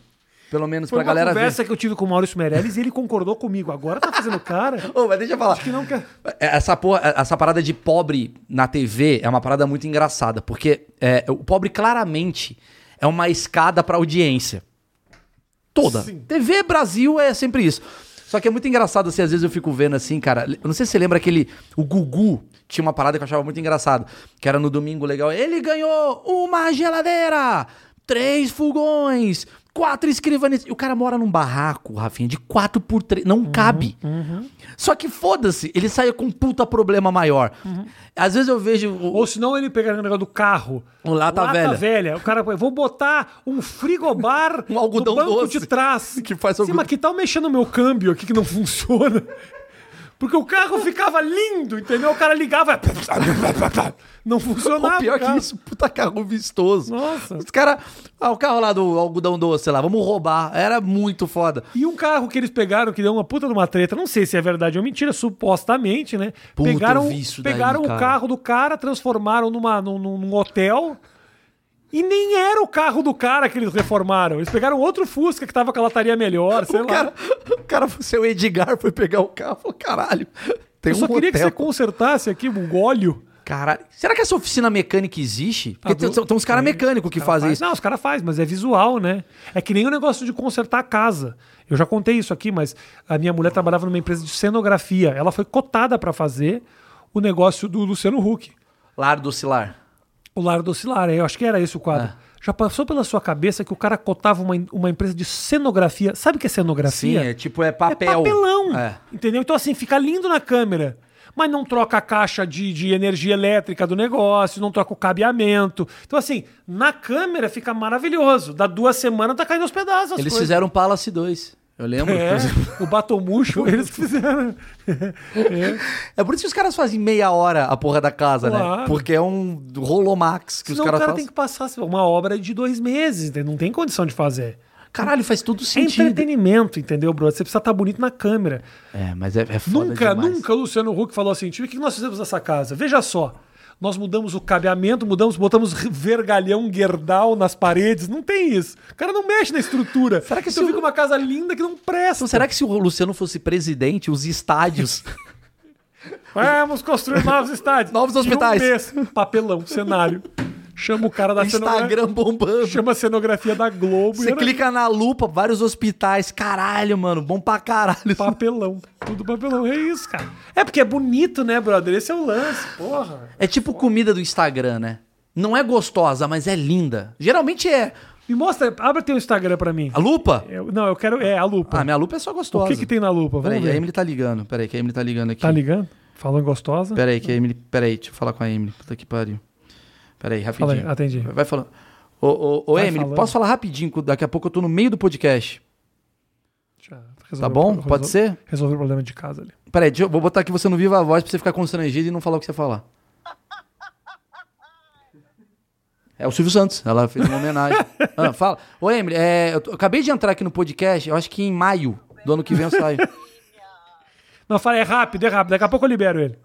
Pelo menos
foi
pra
uma
galera ver.
conversa que eu tive com o Maurício Meirelles e ele concordou comigo. Agora tá fazendo cara.
*laughs* Ô, mas deixa eu falar. É,
que não quer-
Essa, porra- essa parada de pobre na TV é uma parada muito engraçada, porque é, o pobre claramente é uma escada pra audiência. Toda.
Sim.
TV Brasil é sempre isso. Só que é muito engraçado, assim, às vezes eu fico vendo assim, cara. Eu não sei se você lembra aquele. O Gugu tinha uma parada que eu achava muito engraçado, que era no domingo legal. Ele ganhou uma geladeira, três fogões, quatro escrivanes. E o cara mora num barraco, Rafinha, de quatro por três. Não cabe. Só que foda-se, ele saia com um puta problema maior. Às vezes eu vejo. o-
Ou senão ele pegaria o negócio do carro.
Um lata velha.
O cara põe, vou botar um frigobar
*laughs* Um algodão
no banco
doce.
de trás.
*laughs* Que faz
Sim,
algodão-
mas que tal mexendo no meu câmbio aqui que não *laughs* funciona? Porque o carro ficava lindo, entendeu? O cara ligava. *laughs* Não funcionava.
O pior é que
cara.
isso, puta carro vistoso.
Nossa.
Os caras. Ah, o carro lá do algodão doce, sei lá, vamos roubar. Era muito foda.
E um carro que eles pegaram, que deu uma puta de uma treta, não sei se é verdade ou mentira, supostamente, né?
Puta,
pegaram
eu vi isso daí,
pegaram
cara.
o carro do cara, transformaram numa, num, num- num hotel. E nem era o carro do cara que eles reformaram. Eles pegaram outro Fusca que tava com a lataria melhor, sei lá.
o, um cara, o cara, o seu Edgar, foi pegar o carro e falou: caralho, tem
Eu só
um
queria que
hotel.
você consertasse aqui o óleo.
Caralho. Será que essa oficina mecânica existe? Porque
Ah,
tem,
do-
tem uns caras mecânicos que fazem
Faz-
isso.
Não, os caras fazem, mas é visual, né? É que nem o negócio de consertar a casa. Eu já contei isso aqui, mas a minha mulher trabalhava numa empresa de cenografia. Ela foi cotada pra fazer o negócio do Luciano Huck.
Lar do Cilar.
O Lar do Oscilar, eu acho que era esse o quadro.
É.
Já passou pela sua cabeça que o cara cotava uma, em- uma empresa de cenografia. Sabe o que é
Sim,
cenografia?
é tipo, é papel.
É papelão.
É.
Entendeu? Então, assim, fica lindo na câmera. Mas não troca a caixa de, de energia elétrica do negócio, não troca o cabeamento. Então, assim, na câmera fica maravilhoso. Da duas semanas tá caindo aos pedaços. as
Eles
coisas.
fizeram um Palace 2. Eu lembro.
É, o
*laughs*
batomucho, eles fizeram.
É por isso que os caras fazem meia hora a porra da casa, né?
Claro.
Porque é um rolomax que
Senão
os
o
caras
cara
fazem.
tem que passar assim, uma obra de dois meses, entendeu? não tem condição de fazer.
Caralho, faz todo
É
sentido.
entretenimento, entendeu, brother? Você precisa estar bonito na câmera.
É, mas é, é foda
Nunca,
demais.
nunca o Luciano Huck falou assim, time, o que nós fizemos nessa casa? Veja só, nós mudamos o cabeamento, mudamos, botamos re- vergalhão, guerdal nas paredes, não tem isso. O cara não mexe na estrutura. Será
que
então
se o-
fica uma casa linda que não presta?
Então, será que se o Luciano fosse presidente, os
*laughs*
estádios.
Vamos construir novos estádios.
*laughs* Novos
Em um
hospitais.
mês, papelão, cenário. Chama o cara da cenografia.
*laughs* Instagram bombando.
Tá Chama a cenografia da Globo. e
Você
era
clica na lupa, vários hospitais. Caralho, mano, bom pra caralho.
Papelão. Tudo papelão. É isso, cara. É porque é bonito, né, brother? Esse é o lance, porra.
É tipo comida do Instagram, né? Não é gostosa, mas é linda. Geralmente é.
Me mostra, abre teu Instagram pra mim.
A lupa?
Eu- não, eu quero. É, a lupa.
Ah, minha lupa é só gostosa.
O que, que tem na lupa? Vamos
Peraí, a
ver.
Emily tá ligando. Peraí, que a Emily tá ligando aqui.
Tá ligando? Falou em gostosa?
Peraí, que a Emily. Peraí, deixa eu falar com a Emily. Puta que pariu. Peraí,
Fala aí,
rapidinho.
atendi.
Vai falando. Ô, ô, ô
Vai
Emily,
falando.
posso falar rapidinho? Daqui a pouco eu tô no meio do podcast.
Já resolveu
Tá bom?
o pro-
Pode
resol-
ser?
Resolveu o problema de casa ali.
Peraí, deixa eu, vou botar aqui você no Viva a Voz pra você ficar constrangido e não falar o que você falar. É o Silvio Santos, ela fez
*laughs*
uma homenagem. Ah, fala. Ô, Emily, é, eu, tô- eu acabei de entrar aqui no podcast, eu acho que em maio do ano que vem eu saio.
Não, fala, é rápido, é rápido. Daqui a pouco eu libero ele.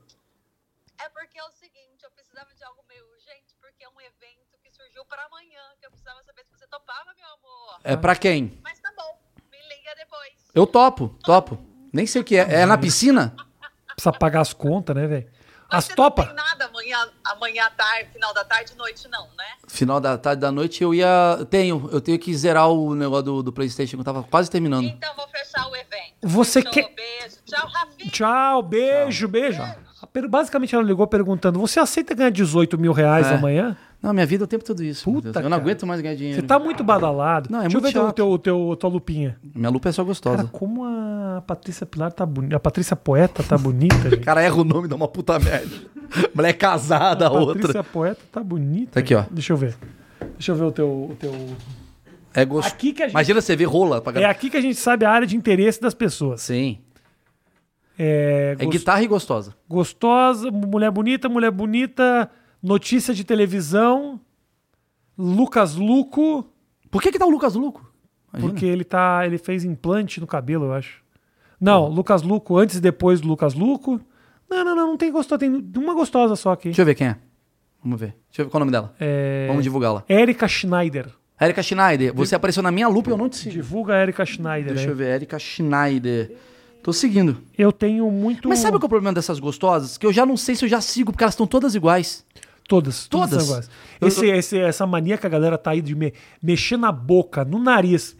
É porque é o seguinte, eu precisava de algo meio urgente, porque é um evento que surgiu pra amanhã, que eu precisava saber se você topava, meu amor.
É pra quem?
Mas tá bom, me liga depois.
Eu topo, topo. Nem sei o que é. É na piscina?
Precisa pagar as contas, né, velho? As
Você Não
topa?
tem nada amanhã, amanhã à tarde, final da tarde, noite não, né?
Final da tarde da noite eu ia. Tenho, eu tenho que zerar o negócio do, do PlayStation que eu tava quase terminando.
Então vou fechar o evento.
Hum. Você
Então,
quer.
beijo. Tchau, Rafinha.
Tchau, beijo, beijo. A per- Basicamente ela ligou perguntando: você aceita ganhar 18 mil reais
É.
amanhã?
Não, minha vida é o tempo todo isso. meu
Puta,
Deus. eu não
cara.
aguento mais ganhar dinheiro.
Você tá muito badalado.
Não, é
Deixa
muito
eu ver
chato.
o teu, o teu, tua lupinha.
Minha lupa é só gostosa.
Cara, como a Patrícia Pilar tá bonita. A Patrícia Poeta tá
*laughs*
bonita, gente.
cara erra o nome, dá uma puta merda. *laughs* Mulher casada,
Patrícia Poeta tá bonita.
Tá aqui, ó.
Deixa eu ver. Deixa eu ver o teu. O teu...
É gostoso.
Aqui que a gente-
Imagina você ver rola
É
pra galera.
aqui que a gente sabe a área de interesse das pessoas.
Sim.
É,
É
gos-
guitarra e gostosa.
Gostosa, mulher bonita, mulher bonita, notícia de televisão, Lucas Luco,
Por que, que tá o Lucas Luco? Imagina.
porque ele tá, ele fez implante no cabelo, eu acho. Não, Lucas Luco antes e depois do Lucas Luco. Não, não, não, não tem gostosa, tem uma gostosa só aqui.
Deixa eu ver quem é. Vamos ver. Deixa eu ver qual é o nome dela.
É...
Vamos divulgá-la.
Erika Schneider.
Erika Schneider. Você apareceu na minha lupa e eu não te sigo.
Divulga a Erika Schneider.
Deixa
aí.
eu ver. Erika Schneider. Tô seguindo.
Eu tenho muito.
Mas sabe qual é o problema dessas gostosas? Que eu já não sei se eu já sigo, porque elas estão todas iguais.
Todas.
Todas?
são iguais.
Eu-
Esse- esse- essa mania que a galera tá aí de me- mexer na boca, no nariz.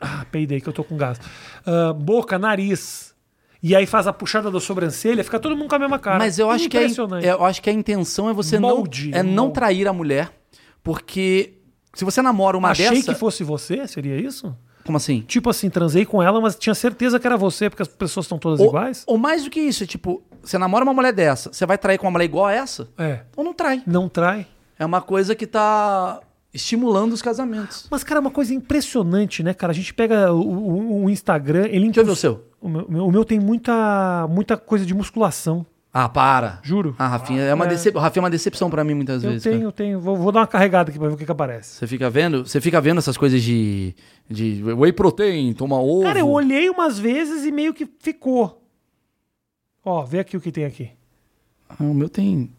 Ah, peidei que eu tô com gás. Ah, boca, nariz. E aí faz a puxada da sobrancelha, fica todo mundo com a mesma cara.
Mas eu acho, que a,
Impressionante.
é- eu acho que a intenção é você
Molde,
não, é não
molde.
trair a mulher, porque se você namora uma
Achei
dessa...
que fosse você, seria isso?
Como assim?
Tipo assim, transei com ela, mas tinha certeza que era você, porque as pessoas estão todas
Ou,
iguais?
ou mais do que isso, é tipo, você namora uma mulher dessa, você vai trair com uma mulher igual a essa?
É.
Ou não trai?
Não trai.
É uma coisa que tá estimulando os casamentos.
Mas, cara, é uma coisa impressionante, né, cara? A gente pega o, o- o Instagram, ele
Deixa eu ver o seu.
O meu, o meu- o meu tem muita, muita coisa de musculação.
Ah, para.
Juro.
Ah, Rafinha, é uma, decep... Rafinha é uma decepção pra mim muitas
Eu
vezes. cara.
tenho, eu tenho. Vou, vou dar uma carregada aqui pra ver o que, que aparece.
Você fica vendo? Você fica vendo essas coisas de, de whey protein, toma ovo.
Cara, eu olhei umas vezes e meio que ficou. Ó, vê aqui o que tem aqui.
Ah, o meu tem.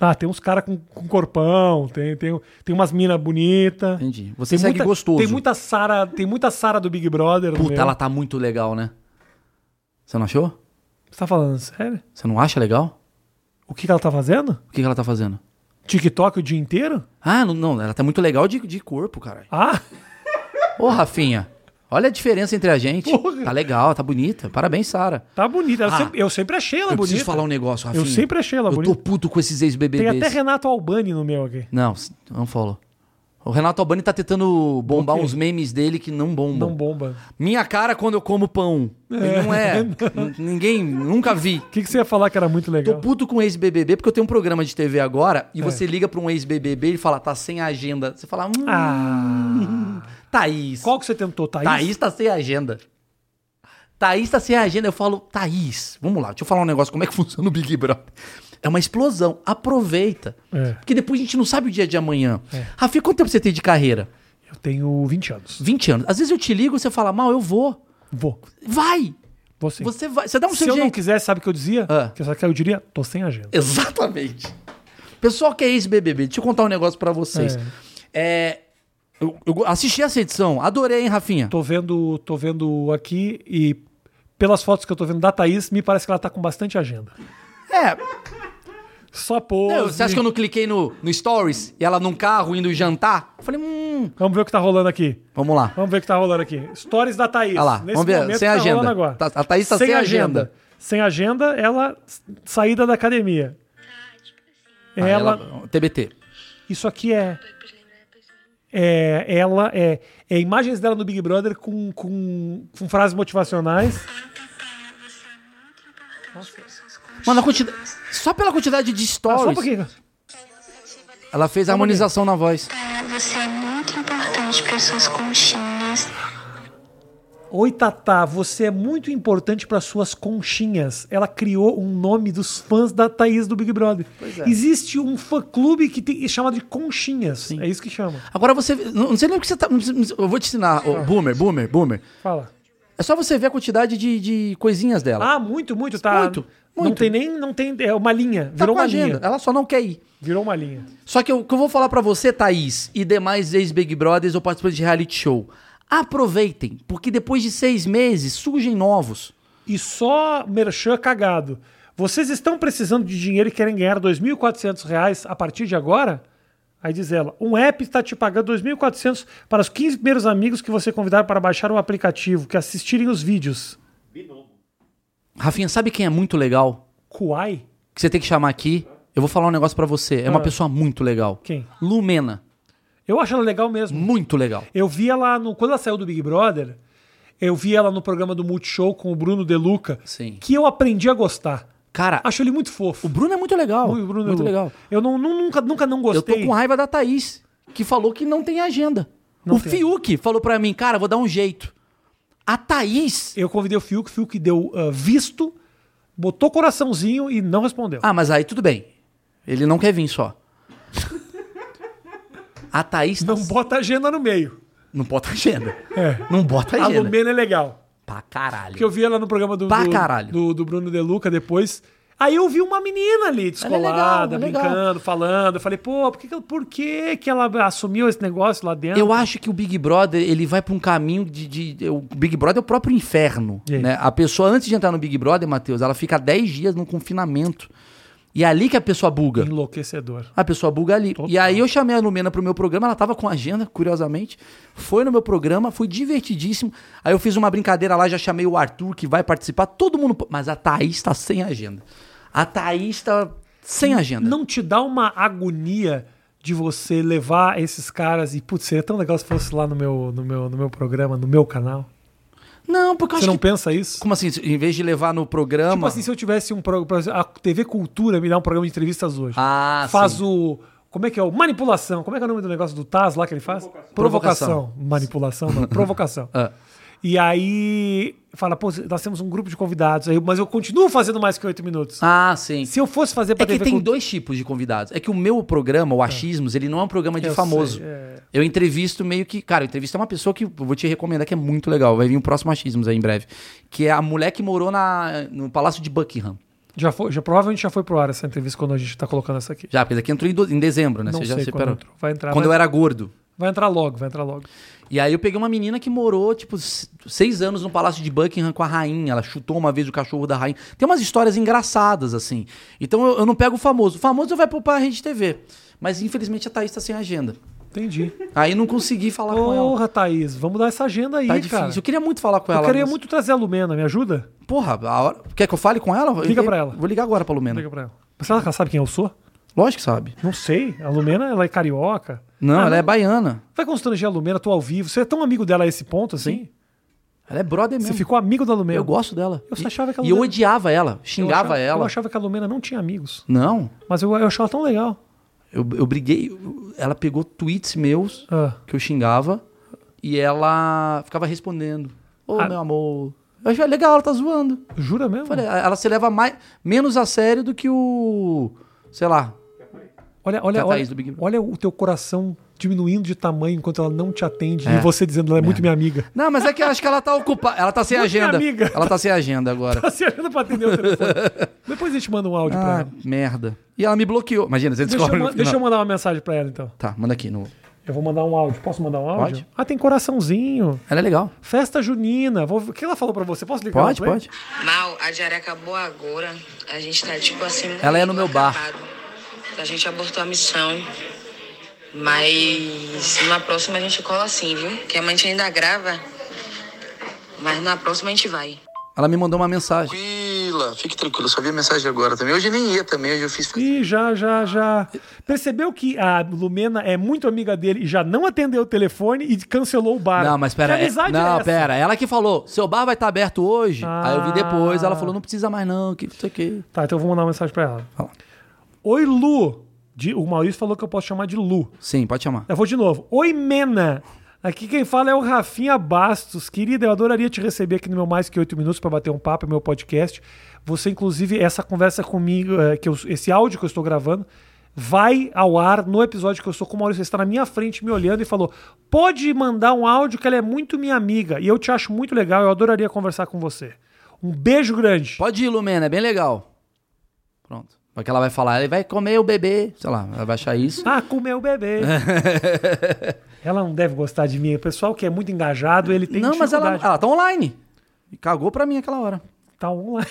Ah, tem uns caras com, com corpão, tem, tem, tem umas minas bonitas.
Entendi. Você segue gostoso.
Tem muita Sara, tem muita Sara do Big Brother. no
Puta,
meu.
ela tá muito legal, né? Você não achou?
Você tá falando sério?
Você não acha legal?
O que, que ela tá fazendo?
O que, que ela tá fazendo?
TikTok o dia inteiro?
Ah, não, não, ela tá muito legal de, de corpo, cara.
Ah,
Ô, Rafinha, olha a diferença entre a gente.
Porra.
Tá legal, tá bonita. Parabéns, Sara.
tá bonita. Eu,
Ah,
sempre, eu sempre achei ela
Eu
É bonita.
preciso falar um negócio, Rafinha.
Eu sempre achei ela
Eu
bonita.
tô puto com esses
Tem até
ex-BBBs.
Renato Albani no meu aqui.
Não, s- não follow. O Renato Albani tá tentando bombar
Por quê?
uns memes dele que não bombam.
Não bomba.
Minha cara quando eu como pão. Ele
*laughs*
Não é. N- Ninguém, nunca vi.
O que, que você ia falar que era muito
Tô
legal?
puto com ex-BBB, porque eu tenho um programa de TV agora e
É.
você liga pra um ex-BBB e fala, tá sem agenda. Você fala, hum, tá
Ah.
Thaís.
Qual que você tentou, Thaís?
Thaís tá sem agenda. Thaís tá sem agenda. Eu falo, Thaís, vamos lá, deixa eu falar um negócio, como é que *laughs* funciona o Big Brother? É uma explosão, aproveita.
É.
Porque depois a gente não sabe o dia de amanhã. Rafi, quanto tempo você tem de carreira?
Eu tenho 20 anos.
20 anos. Às vezes eu te ligo e você fala, mal, eu vou.
Vou.
Vai!
Vou sim.
Você vai, você dá um
Se
seu
eu
jeito.
não quisesse, sabe o que eu dizia?
Ah.
Que eu, que eu diria, tô sem agenda.
Exatamente. Pessoal que é ex-BBB, deixa eu contar um negócio pra vocês. É, eu, eu assisti essa edição, adorei, hein, Rafinha?
Tô vendo, tô vendo aqui e pelas fotos que eu tô vendo da Thaís, me parece que ela tá com bastante agenda.
É,
Só pose.
eu- você acha que eu não cliquei no, no Stories e ela num carro indo jantar? Eu falei, hum,
Vamos ver o que tá rolando aqui.
vamos lá.
Vamos ver o que tá rolando aqui. Stories da Thaís.
Olha lá, vamos ver, sem
tá
agenda.
rolando agora.
Tá- a Thaís tá sem agenda.
Sem agenda, ela s- saída da academia.
Aí
ela,
TBT.
Isso aqui é. É, ela é, é imagens dela no Big Brother com, com, com frases motivacionais.
Mano, a quantidade, só pela quantidade de
Ah,
stories,
só um pouquinho. um
ela fez a harmonização na voz.
Você é muito importante para suas conchinhas.
Oi, Tatá, você é muito importante para suas conchinhas. Ela criou um nome dos fãs da Thaís do Big Brother.
é.
Existe um fã-clube que tem, é chamado de Conchinhas. É isso que chama.
Agora você, não, não sei nem o que você tá, não precisa- eu vou te ensinar,
Tá.
ô, boomer, boomer, boomer.
Fala.
É só você ver a quantidade de, de coisinhas dela.
Ah, muito, muito, tá.
Muito,
Não
muito.
tem nem. Não tem, é uma linha.
tá
Virou
com
uma
agenda,
linha.
ela só não quer ir.
Virou uma linha.
Só que eu- o que eu vou falar pra você, Thaís, e demais ex-Big Brothers ou participantes de reality show, aproveitem, porque depois de seis meses surgem novos.
e só merchan cagado. Vocês estão precisando de dinheiro e querem ganhar R$ 2.400 reais a partir de agora? Aí diz ela, um app está te pagando R$ 2.400 para os 15 primeiros amigos que você convidar para baixar o aplicativo, que assistirem os vídeos.
Binomo.
Rafinha, sabe quem é muito legal?
Kuai?
Que você tem que chamar aqui? Eu vou falar um negócio pra você. É uma
Ah.
pessoa muito legal.
Quem?
Lumena.
Eu acho ela legal mesmo.
Muito legal.
Eu vi ela no. Quando ela saiu do Big Brother, eu vi ela no programa do Multishow com o Bruno Deluca,
Sim.
que eu aprendi a gostar.
Cara,
Acho ele muito fofo.
o Bruno é muito legal.
O Bruno Deluca.
muito legal.
Eu não, nu- nunca, nunca não
Eu
gostei.
tô com raiva da Thaís, que falou que não tem agenda.
Não
o
tem.
Fiuk falou pra mim, cara, vou dar um jeito. A Thaís.
Eu convidei o Fiuk, o Fiuk deu ah, visto, botou coraçãozinho e não respondeu.
Ah, mas aí tudo bem. Ele não quer
*laughs*
vir só. A Thaís tá-
não bota agenda no meio.
não bota agenda.
É.
Não bota
A
agenda.
Lumena é legal.
Pra caralho.
Porque eu vi ela no programa do,
Pra
do,
caralho.
do, do Bruno De Luca depois. Aí eu vi uma menina ali,
Ela é legal,
descolada,
é legal.
brincando, falando. Eu falei, pô, por que, que ela- por que, que ela assumiu esse negócio lá dentro?
Eu acho que o Big Brother, ele vai pra um caminho de... de- o Big Brother é o próprio inferno,
E aí?
né? A pessoa, antes de entrar no Big Brother, Matheus, ela fica 10 dias num confinamento. E é ali que a pessoa buga.
Enlouquecedor.
A pessoa buga ali. E aí eu chamei a Lumena pro meu programa, ela tava com agenda, curiosamente. Foi no meu programa, foi divertidíssimo. Aí eu fiz uma brincadeira lá, já chamei o Arthur, que vai participar, todo mundo. Mas a Thaís tá sem agenda. A Thaís tá sem agenda.
Não te dá uma agonia de você levar esses caras e, putz, seria tão legal se fosse lá no meu, no meu, no meu programa, no meu canal.
Não, porque eu
Você
acho
não
que.
pensa isso?
Como assim? Em vez de levar no programa.
Tipo assim, se eu tivesse um programa. A TV Cultura me dá um programa de entrevistas hoje.
Ah,
Faz
sim.
o. Como é que é? O manipulação. Como é que é o nome do negócio do Taz lá que ele faz? Provocação. Manipulação,
*laughs*
não. Provocação.
Ah.
E aí fala, pô, nós temos um grupo de convidados, aí, mas eu continuo fazendo mais que oito minutos.
Ah, sim.
Se eu fosse fazer pra
É que
TV
tem
Cultura-
dois tipos de convidados. É que o meu programa, o Achismos, ele não é um programa de
Eu
famoso.
sei, é.
Eu entrevisto meio que. Cara, eu entrevisto uma pessoa que eu vou te recomendar que é muito legal. Vai vir um próximo Achismos aí em breve. Que é a mulher que morou na, no Palácio de Buckingham.
Já foi, já, provavelmente já foi pro ar essa entrevista quando a gente tá colocando essa aqui.
Já, porque daqui entrou em, do- em dezembro, né?
Não
Você já
sei
separou.
quando entrou. Vai entrar,
Quando
vai-
eu era gordo.
Vai entrar logo, vai entrar logo.
E aí eu peguei uma menina que morou, tipo, s- seis anos no Palácio de Buckingham com a rainha. Ela chutou uma vez o cachorro da rainha. Tem umas histórias engraçadas, assim. Então eu, eu não pego o famoso. O famoso vai pro- pra Rede TV. Mas infelizmente a Thaís tá sem agenda.
Entendi.
Aí não consegui falar com ela.
Porra, Thaís, vamos dar essa agenda aí,
Tá difícil.
cara.
Eu queria muito falar com
Eu
ela.
queria
mas-
muito trazer a Lumena, me ajuda?
Porra, a hora... quer que eu fale com ela?
Liga
Eu-
pra ela.
Vou ligar agora pra Lumena.
Liga pra ela. Mas será que ela sabe quem eu sou?
Lógico que sabe.
Não sei. A Lumena, ela é carioca.
Não,
Ah,
ela é baiana.
Vai constranger a Lumena, tô ao vivo. Você é tão amigo dela a esse ponto, assim?
Ela é brother mesmo.
Você ficou amigo da Lumena.
Eu gosto dela.
Eu só
E-
achava que ela
E eu
não-
odiava ela,
Eu
xingava
achava-
ela.
Eu achava que a Lumena não tinha amigos.
Não,
Mas eu, eu achava ela tão legal.
eu, eu briguei. eu- Ela pegou tweets meus
Ah.
que eu xingava e ela ficava respondendo. Ô,
Ah.
meu amor. Eu achei legal, ela tá zoando.
Jura mesmo?
Eu falei, ela se leva mais, menos a sério do que o. Sei lá.
olha,
que é a
olha, olha,
Thaís do Big Brother.
olha o teu coração diminuindo de tamanho enquanto ela não te atende.
É.
E você dizendo, ela é muito minha amiga. *laughs*
Não, mas é que eu acho que ela tá ocupada. Ela tá sem
Muito minha
agenda.
amiga.
Ela tá sem agenda
*laughs*
agora.
Tá se achando pra atender o telefone. Depois a gente manda um áudio pra
Ah,
ela.
merda. E ela me bloqueou. Imagina, você
Deixa eu,
descobre.
ma-
no
deixa eu
final.
mandar uma mensagem pra ela, então.
Tá, manda aqui. No...
Eu vou mandar um áudio. Posso mandar um áudio?
Pode.
Ah, tem coraçãozinho.
Ela é legal.
Festa junina. Vou... O que ela falou pra você? Posso ligar?
Pode,
ela, Play?
pode.
Mal, a diaré acabou agora. A gente tá tipo assim.
Ela é no meu bar.
acabado. A gente abortou a missão. Mas na próxima a gente cola sim, viu? Que amanhã a gente ainda grava. Mas na próxima a gente vai.
Ela me mandou uma mensagem.
Tranquila, fique tranquilo, só vi a mensagem agora também. Hoje nem ia também, hoje eu fiz.
Ih, já, já, já. Percebeu que a Lumena é muito amiga dele e já não atendeu o telefone e cancelou o bar.
Não, mas pera.
Que
é-
amizade é
Não,
essa?
pera. Ela que falou, seu bar vai estar aberto hoje.
Ah.
Aí eu vi depois. Ela falou, não precisa mais não, que não sei o quê.
Tá, então eu vou mandar uma mensagem pra ela.
Fala.
Oi, Lu. De- o Maurício falou que eu posso chamar de Lu.
Sim, pode chamar.
Eu vou de novo. Oi, Mena. Aqui quem fala é o Rafinha Bastos. Querida, eu adoraria te receber aqui no meu Mais Que Oito Minutos para bater um papo, é meu podcast. Você, inclusive, essa conversa comigo, eh, que eu- esse áudio que eu estou gravando, vai ao ar no episódio que eu estou com o Maurício. Você está na minha frente me olhando e falou: pode mandar um áudio que ela é muito minha amiga e eu te acho muito legal, eu adoraria conversar com você. Um beijo grande.
Pode ir, Lumena, é bem legal. Pronto. Porque ela vai falar, ele vai comer o bebê. Sei lá, ela vai achar isso.
Ah, com meu
*laughs*
bebê. ela não deve gostar de mim. O pessoal que é muito engajado, ele tem
não, mas ela,
dificuldade.
ela tá online. E cagou pra mim aquela hora.
Tá online.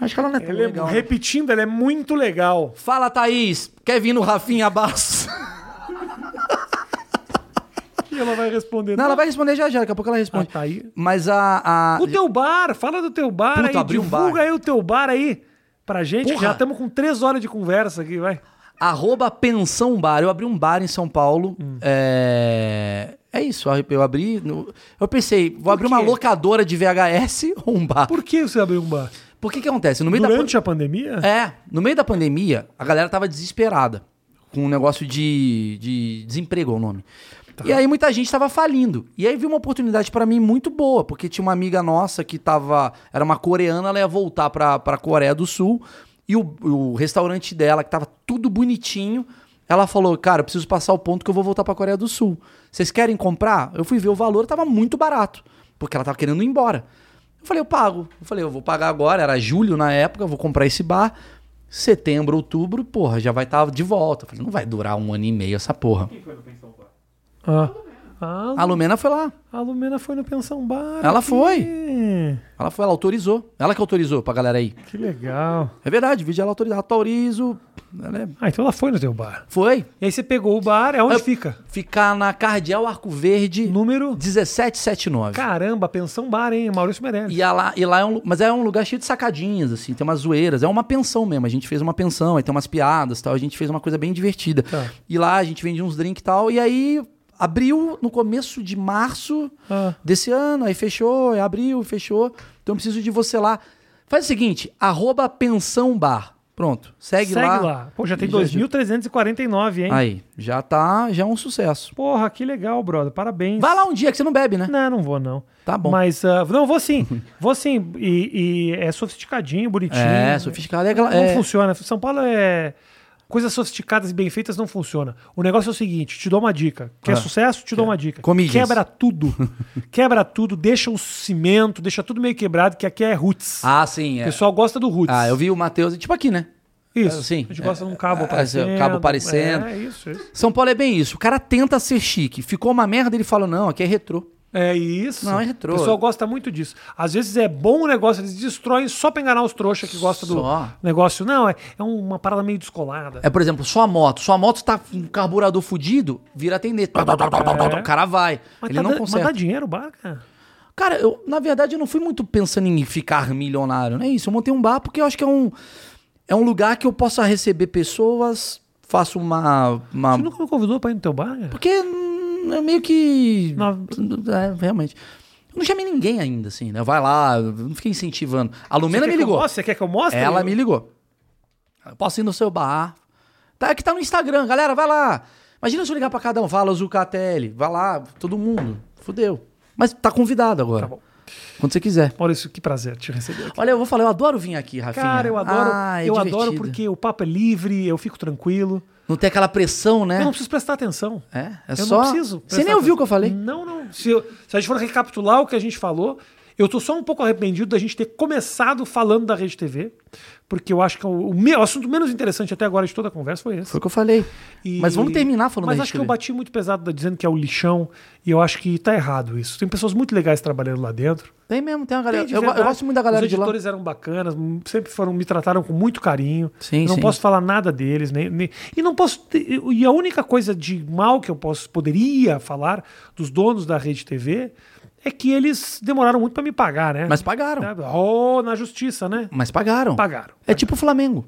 Acho que ela não é tão
Ela é-
legal. né?
repetindo, ela é muito
*laughs*
legal.
Fala, Thaís. Quer vir no Rafinha Bastos?
E ela vai responder.
*laughs* Não, ela vai responder já já, daqui a pouco ela responde.
Ah, tá aí.
Mas a. a-
O teu bar, fala do teu bar
Puta,
aí,
abri um
divulga
bar.
aí o teu bar aí pra gente, que
Porra.
já estamos com três horas de conversa aqui, vai.
Arroba Pensão Bar. Eu abri um bar em São Paulo. É. É isso. Eu abri. no- Eu pensei, vou abrir uma
quê?
locadora de VHS ou um bar. Por,
Por que você abriu um bar?
que que acontece? É, No meio da pan-
Durante a pandemia?
É, no meio da pandemia, a galera tava desesperada. com um negócio de, de desemprego é o nome. E aí muita gente estava falindo. E aí vi uma oportunidade para mim muito boa, porque tinha uma amiga nossa que tava, era uma coreana, ela ia voltar para a Coreia do Sul, e o, o restaurante dela que tava tudo bonitinho, ela falou: "Cara, eu preciso passar o ponto que eu vou voltar para a Coreia do Sul. Vocês querem comprar?" Eu fui ver o valor, tava muito barato, porque ela tava querendo ir embora. Eu falei: "Eu pago". Eu falei: "Eu vou pagar agora, era julho na época, eu vou comprar esse bar. Setembro, outubro, porra, já vai estar de volta. Eu falei, não vai durar um ano e meio essa porra.
Ah. A,
A Lumena foi lá.
a Lumena foi no Pensão Bar.
Ela
aqui.
foi. Ela foi, ela autorizou. Ela que autorizou pra galera aí.
Que legal.
É verdade, o vídeo ela autorizou. Autorizo. Ela é-
Ah, então ela foi no teu bar.
Foi.
E aí você pegou o bar, é onde
Eu-
fica?
Ficar na Cardeal Arco Verde
Número.
1779.
Caramba, pensão bar, hein? Maurício Meirelles.
E, a lá, e lá é um, lu- mas é um lugar cheio de sacadinhas, assim, tem umas zoeiras, é uma pensão mesmo. A gente fez uma pensão, aí tem umas piadas e tal, a gente fez uma coisa bem divertida.
Tá.
E lá a gente vende uns drinks e tal, e aí abriu no começo de março
Ah.
desse ano, aí fechou, aí abriu, fechou. Então eu preciso de você lá. Faz o seguinte, arroba pensão bar. Pronto, segue, lá.
Pô, já tem
E
2.349, hein?
Aí, já tá, já é um sucesso.
Porra, que legal, brother. Parabéns.
Vai lá um dia que você não bebe, né?
Não, não vou, não.
Tá bom.
Mas, ah, não, vou
*laughs*
sim. vou sim. E, e é sofisticadinho, bonitinho.
É, sofisticado. É,
Não
é,
funciona. São Paulo é. Coisas sofisticadas e bem feitas não funciona. O negócio é o seguinte: te dou uma dica. Quer
Ah.
sucesso? Te dou uma dica.
Comilhas.
Quebra
*laughs*
tudo. Quebra tudo, deixa o cimento, deixa tudo meio quebrado, que aqui é roots.
Ah, sim,
O
é.
pessoal gosta do roots.
Ah, eu vi o Matheus, tipo aqui, né?
Isso.
Sim.
A gente gosta de um cabo
É,
aparecendo.
cabo aparecendo.
É, isso, isso.
São Paulo é bem isso. O cara tenta ser chique. Ficou uma merda, ele fala, não, aqui é retrô.
É isso.
Não, é retrô.
O pessoal gosta muito disso. Às vezes é bom o negócio, eles destroem só pra enganar os trouxas que gostam do
Só.
negócio. Não, é, é uma parada meio descolada.
É, por exemplo, sua moto. Sua moto tá com um carburador fudido, vira atender. O cara vai.
É. Mas,
ele
tá
não
da- mas dá
consegue.
dinheiro, barca?
Cara, eu, na verdade, eu não fui muito pensando em ficar milionário, não é isso? Eu montei um bar porque eu acho que é um, é um lugar que eu possa receber pessoas, faço uma. uma-
Você nunca me convidou pra ir no teu bar? cara?
Porque hum, eu meio que.
Não.
É, realmente. Eu não chamei ninguém ainda, assim, né? Vai lá, eu não fiquei incentivando. A Lumena
Você quer
me
que eu
ligou.
mostre? Você quer que eu mostre?
Ela
Eu-
me ligou. Eu posso ir no seu bar. Tá, é que tá no Instagram, galera, vai lá. Imagina se eu ligar pra cada um, fala Zucatelli, vai lá, todo mundo. Fudeu. Mas tá convidado agora.
Tá bom.
Quando você quiser.
Olha isso, que prazer te receber aqui.
Olha, eu vou falar, eu adoro vir aqui, Rafinha.
Cara, eu adoro.
Ah, é
eu
divertido.
adoro porque o papo é livre, eu fico tranquilo.
Não tem aquela pressão, né?
Eu não preciso prestar atenção.
É, é
eu
só-
não preciso.
Você
prestar
nem ouviu o que eu
atenção.
falei?
Não, não. Se, eu- se a gente for recapitular o que a gente falou, eu tô só um pouco arrependido da gente ter começado falando da Rede TV, porque eu acho que é o, o me- o assunto menos interessante até agora de toda a conversa foi esse.
Foi o que eu falei.
E-
Mas vamos terminar falando
Mas
da
acho que
Rede
eu bati muito pesado da- dizendo que é o lixão, e eu acho que tá errado isso. Tem pessoas muito legais trabalhando lá dentro.
Tem mesmo, tem uma
Tem,
galera.
de
eu, eu
verdade.
gosto muito da galera
Os
de lá.
editores eram bacanas, m- sempre foram, me trataram com muito carinho.
Sim,
eu não
sim.
posso falar nada deles, nem, nem- e não posso. ter- E a única coisa de mal que eu posso poderia falar dos donos da Rede TV é que eles demoraram muito para me pagar, né?
Mas pagaram.
ou na justiça, né?
Mas pagaram.
Pagaram.
É tipo o Flamengo.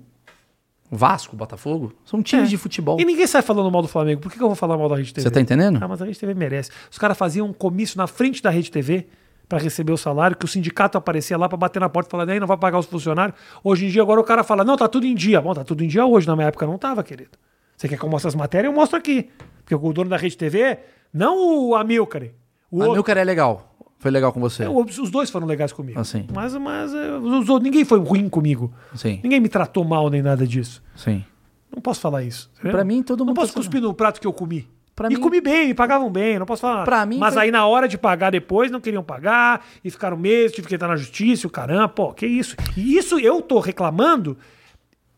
O Vasco, o Botafogo. São times
É.
de futebol.
E ninguém sai falando mal do Flamengo. Por que que eu vou falar mal da Rede TV?
Você tá entendendo?
Ah, mas a Rede TV merece. Os caras faziam um comício na frente da Rede TV para receber o salário, que o sindicato aparecia lá para bater na porta e falar, "Ei, não vai pagar os funcionários. Hoje em dia, agora o cara fala, não, tá tudo em dia. Bom, tá tudo em dia hoje, na minha época não tava, querido. Você quer que eu mostre as matérias? Eu mostro aqui. Porque o dono da Rede TV, não o Amilcar. O
O
outro. É
Amilcar é legal. Foi legal com você.
Eu- Os dois foram legais comigo.
Ah, sim.
Mas, mas eh, os outros- ninguém foi ruim comigo.
Sim.
Ninguém me tratou mal nem nada disso.
Sim.
Não posso falar isso. entendeu?
Pra mim, todo
Não
mundo
posso
tá sendo-
cuspir no prato que eu comi.
Pra
e
mim-
comi bem, me pagavam bem, não posso falar.
Pra mim
Mas
foi-
aí na hora de pagar depois, não queriam pagar, e ficaram meses, tive que entrar na justiça, o caramba, pô, que isso. E isso eu tô reclamando,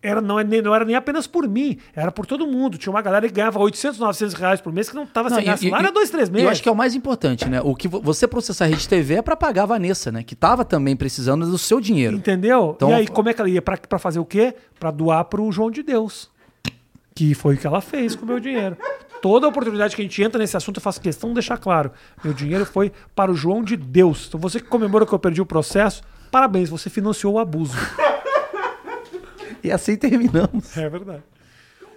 era, não, é nem- não era nem apenas por mim, era por todo mundo. Tinha uma galera que ganhava 800, 900 reais por mês, que não tava sem
e-
ganhar
e-
salário há dois, três
e
meses.
Eu acho que é o mais importante, né? O que vo- você processar a Rede TV é pra pagar a Vanessa, né? Que tava também precisando do seu dinheiro.
Entendeu?
Então-
e aí, como é que ela ia? Pra, pra fazer o quê? Pra doar pro João de Deus. Que foi o que ela fez com o meu dinheiro. Toda oportunidade que a gente entra nesse assunto, eu faço questão de deixar claro. Meu dinheiro foi para o João de Deus. Então você que comemora que eu perdi o processo, parabéns, você financiou o abuso.
E assim terminamos.
É verdade.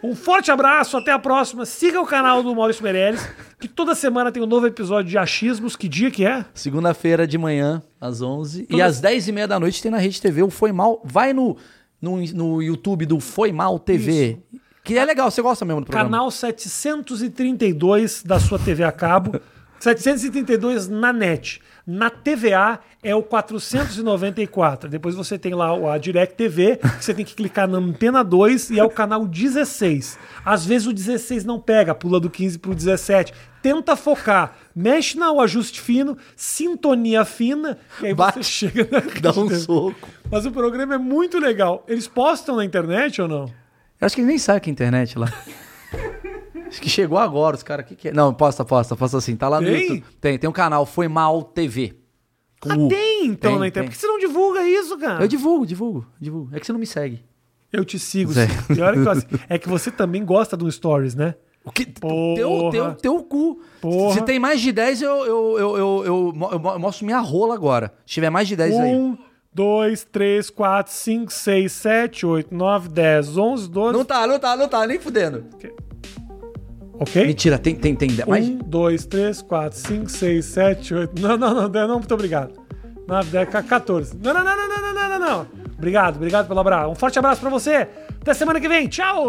Um forte abraço, até a próxima. Siga o canal do Maurício Meirelles, que toda semana tem um novo episódio de Achismos. Que dia que é?
Segunda-feira de manhã, às 11. E às 10 e meia da noite tem na Rede TV o Foi Mal. Vai no, no, no YouTube do Foi Mal TV. Que é legal, você gosta mesmo do programa.
Canal 732 da sua TV a
*laughs*
cabo. 732 na net. Na TVA é o 494. Depois você tem lá o- a Direct TV, que você tem que clicar na antena 2 e é o canal 16. Às vezes o 16 não pega, pula do 15 pro 17. Tenta focar, mexe no ajuste fino, sintonia fina, e aí você
Bate,
chega na
*laughs* Dá um
Rede TV.
soco.
*laughs* Mas o programa é muito legal. Eles postam na internet ou não?
Eu acho que eles nem sabem que é internet lá. *laughs* acho que chegou agora, os caras. Que que é? Não, posta, posta, posta assim. Tá lá no
Tem?
YouTube. Tem, tem um canal, Foi Mal TV. Com
Ah,
U.
tem então
Uh, Tem,
na internet.
tem.
Por que você não divulga isso, cara?
Eu divulgo, divulgo, divulgo. É que você não me segue.
Eu te sigo.
Zé.
sim. E olha que eu assi- é que você também gosta de um stories, né?
O que?
Porra.
Teu, teu, teu cu.
Porra.
Se tem mais de 10, eu, eu, eu, eu, eu, mo- eu mo- eu mostro minha rola agora. Se tiver mais de 10 aí.
Um, dois, três, quatro, cinco, seis, sete, oito, nove, dez, onze, doze.
Não tá, não tá, não tá, nem fudendo.
Ok?
Mentira, tem, tem, tem. Mais...
Um, dois, três, quatro, cinco, seis, sete, oito. Não, não, não, não, não, muito obrigado. Nove, dez, 14. Não, não, não, não, não, não, não, não, não. Obrigado, obrigado pelo abraço. Um forte abraço pra você. Até semana que vem. Tchau!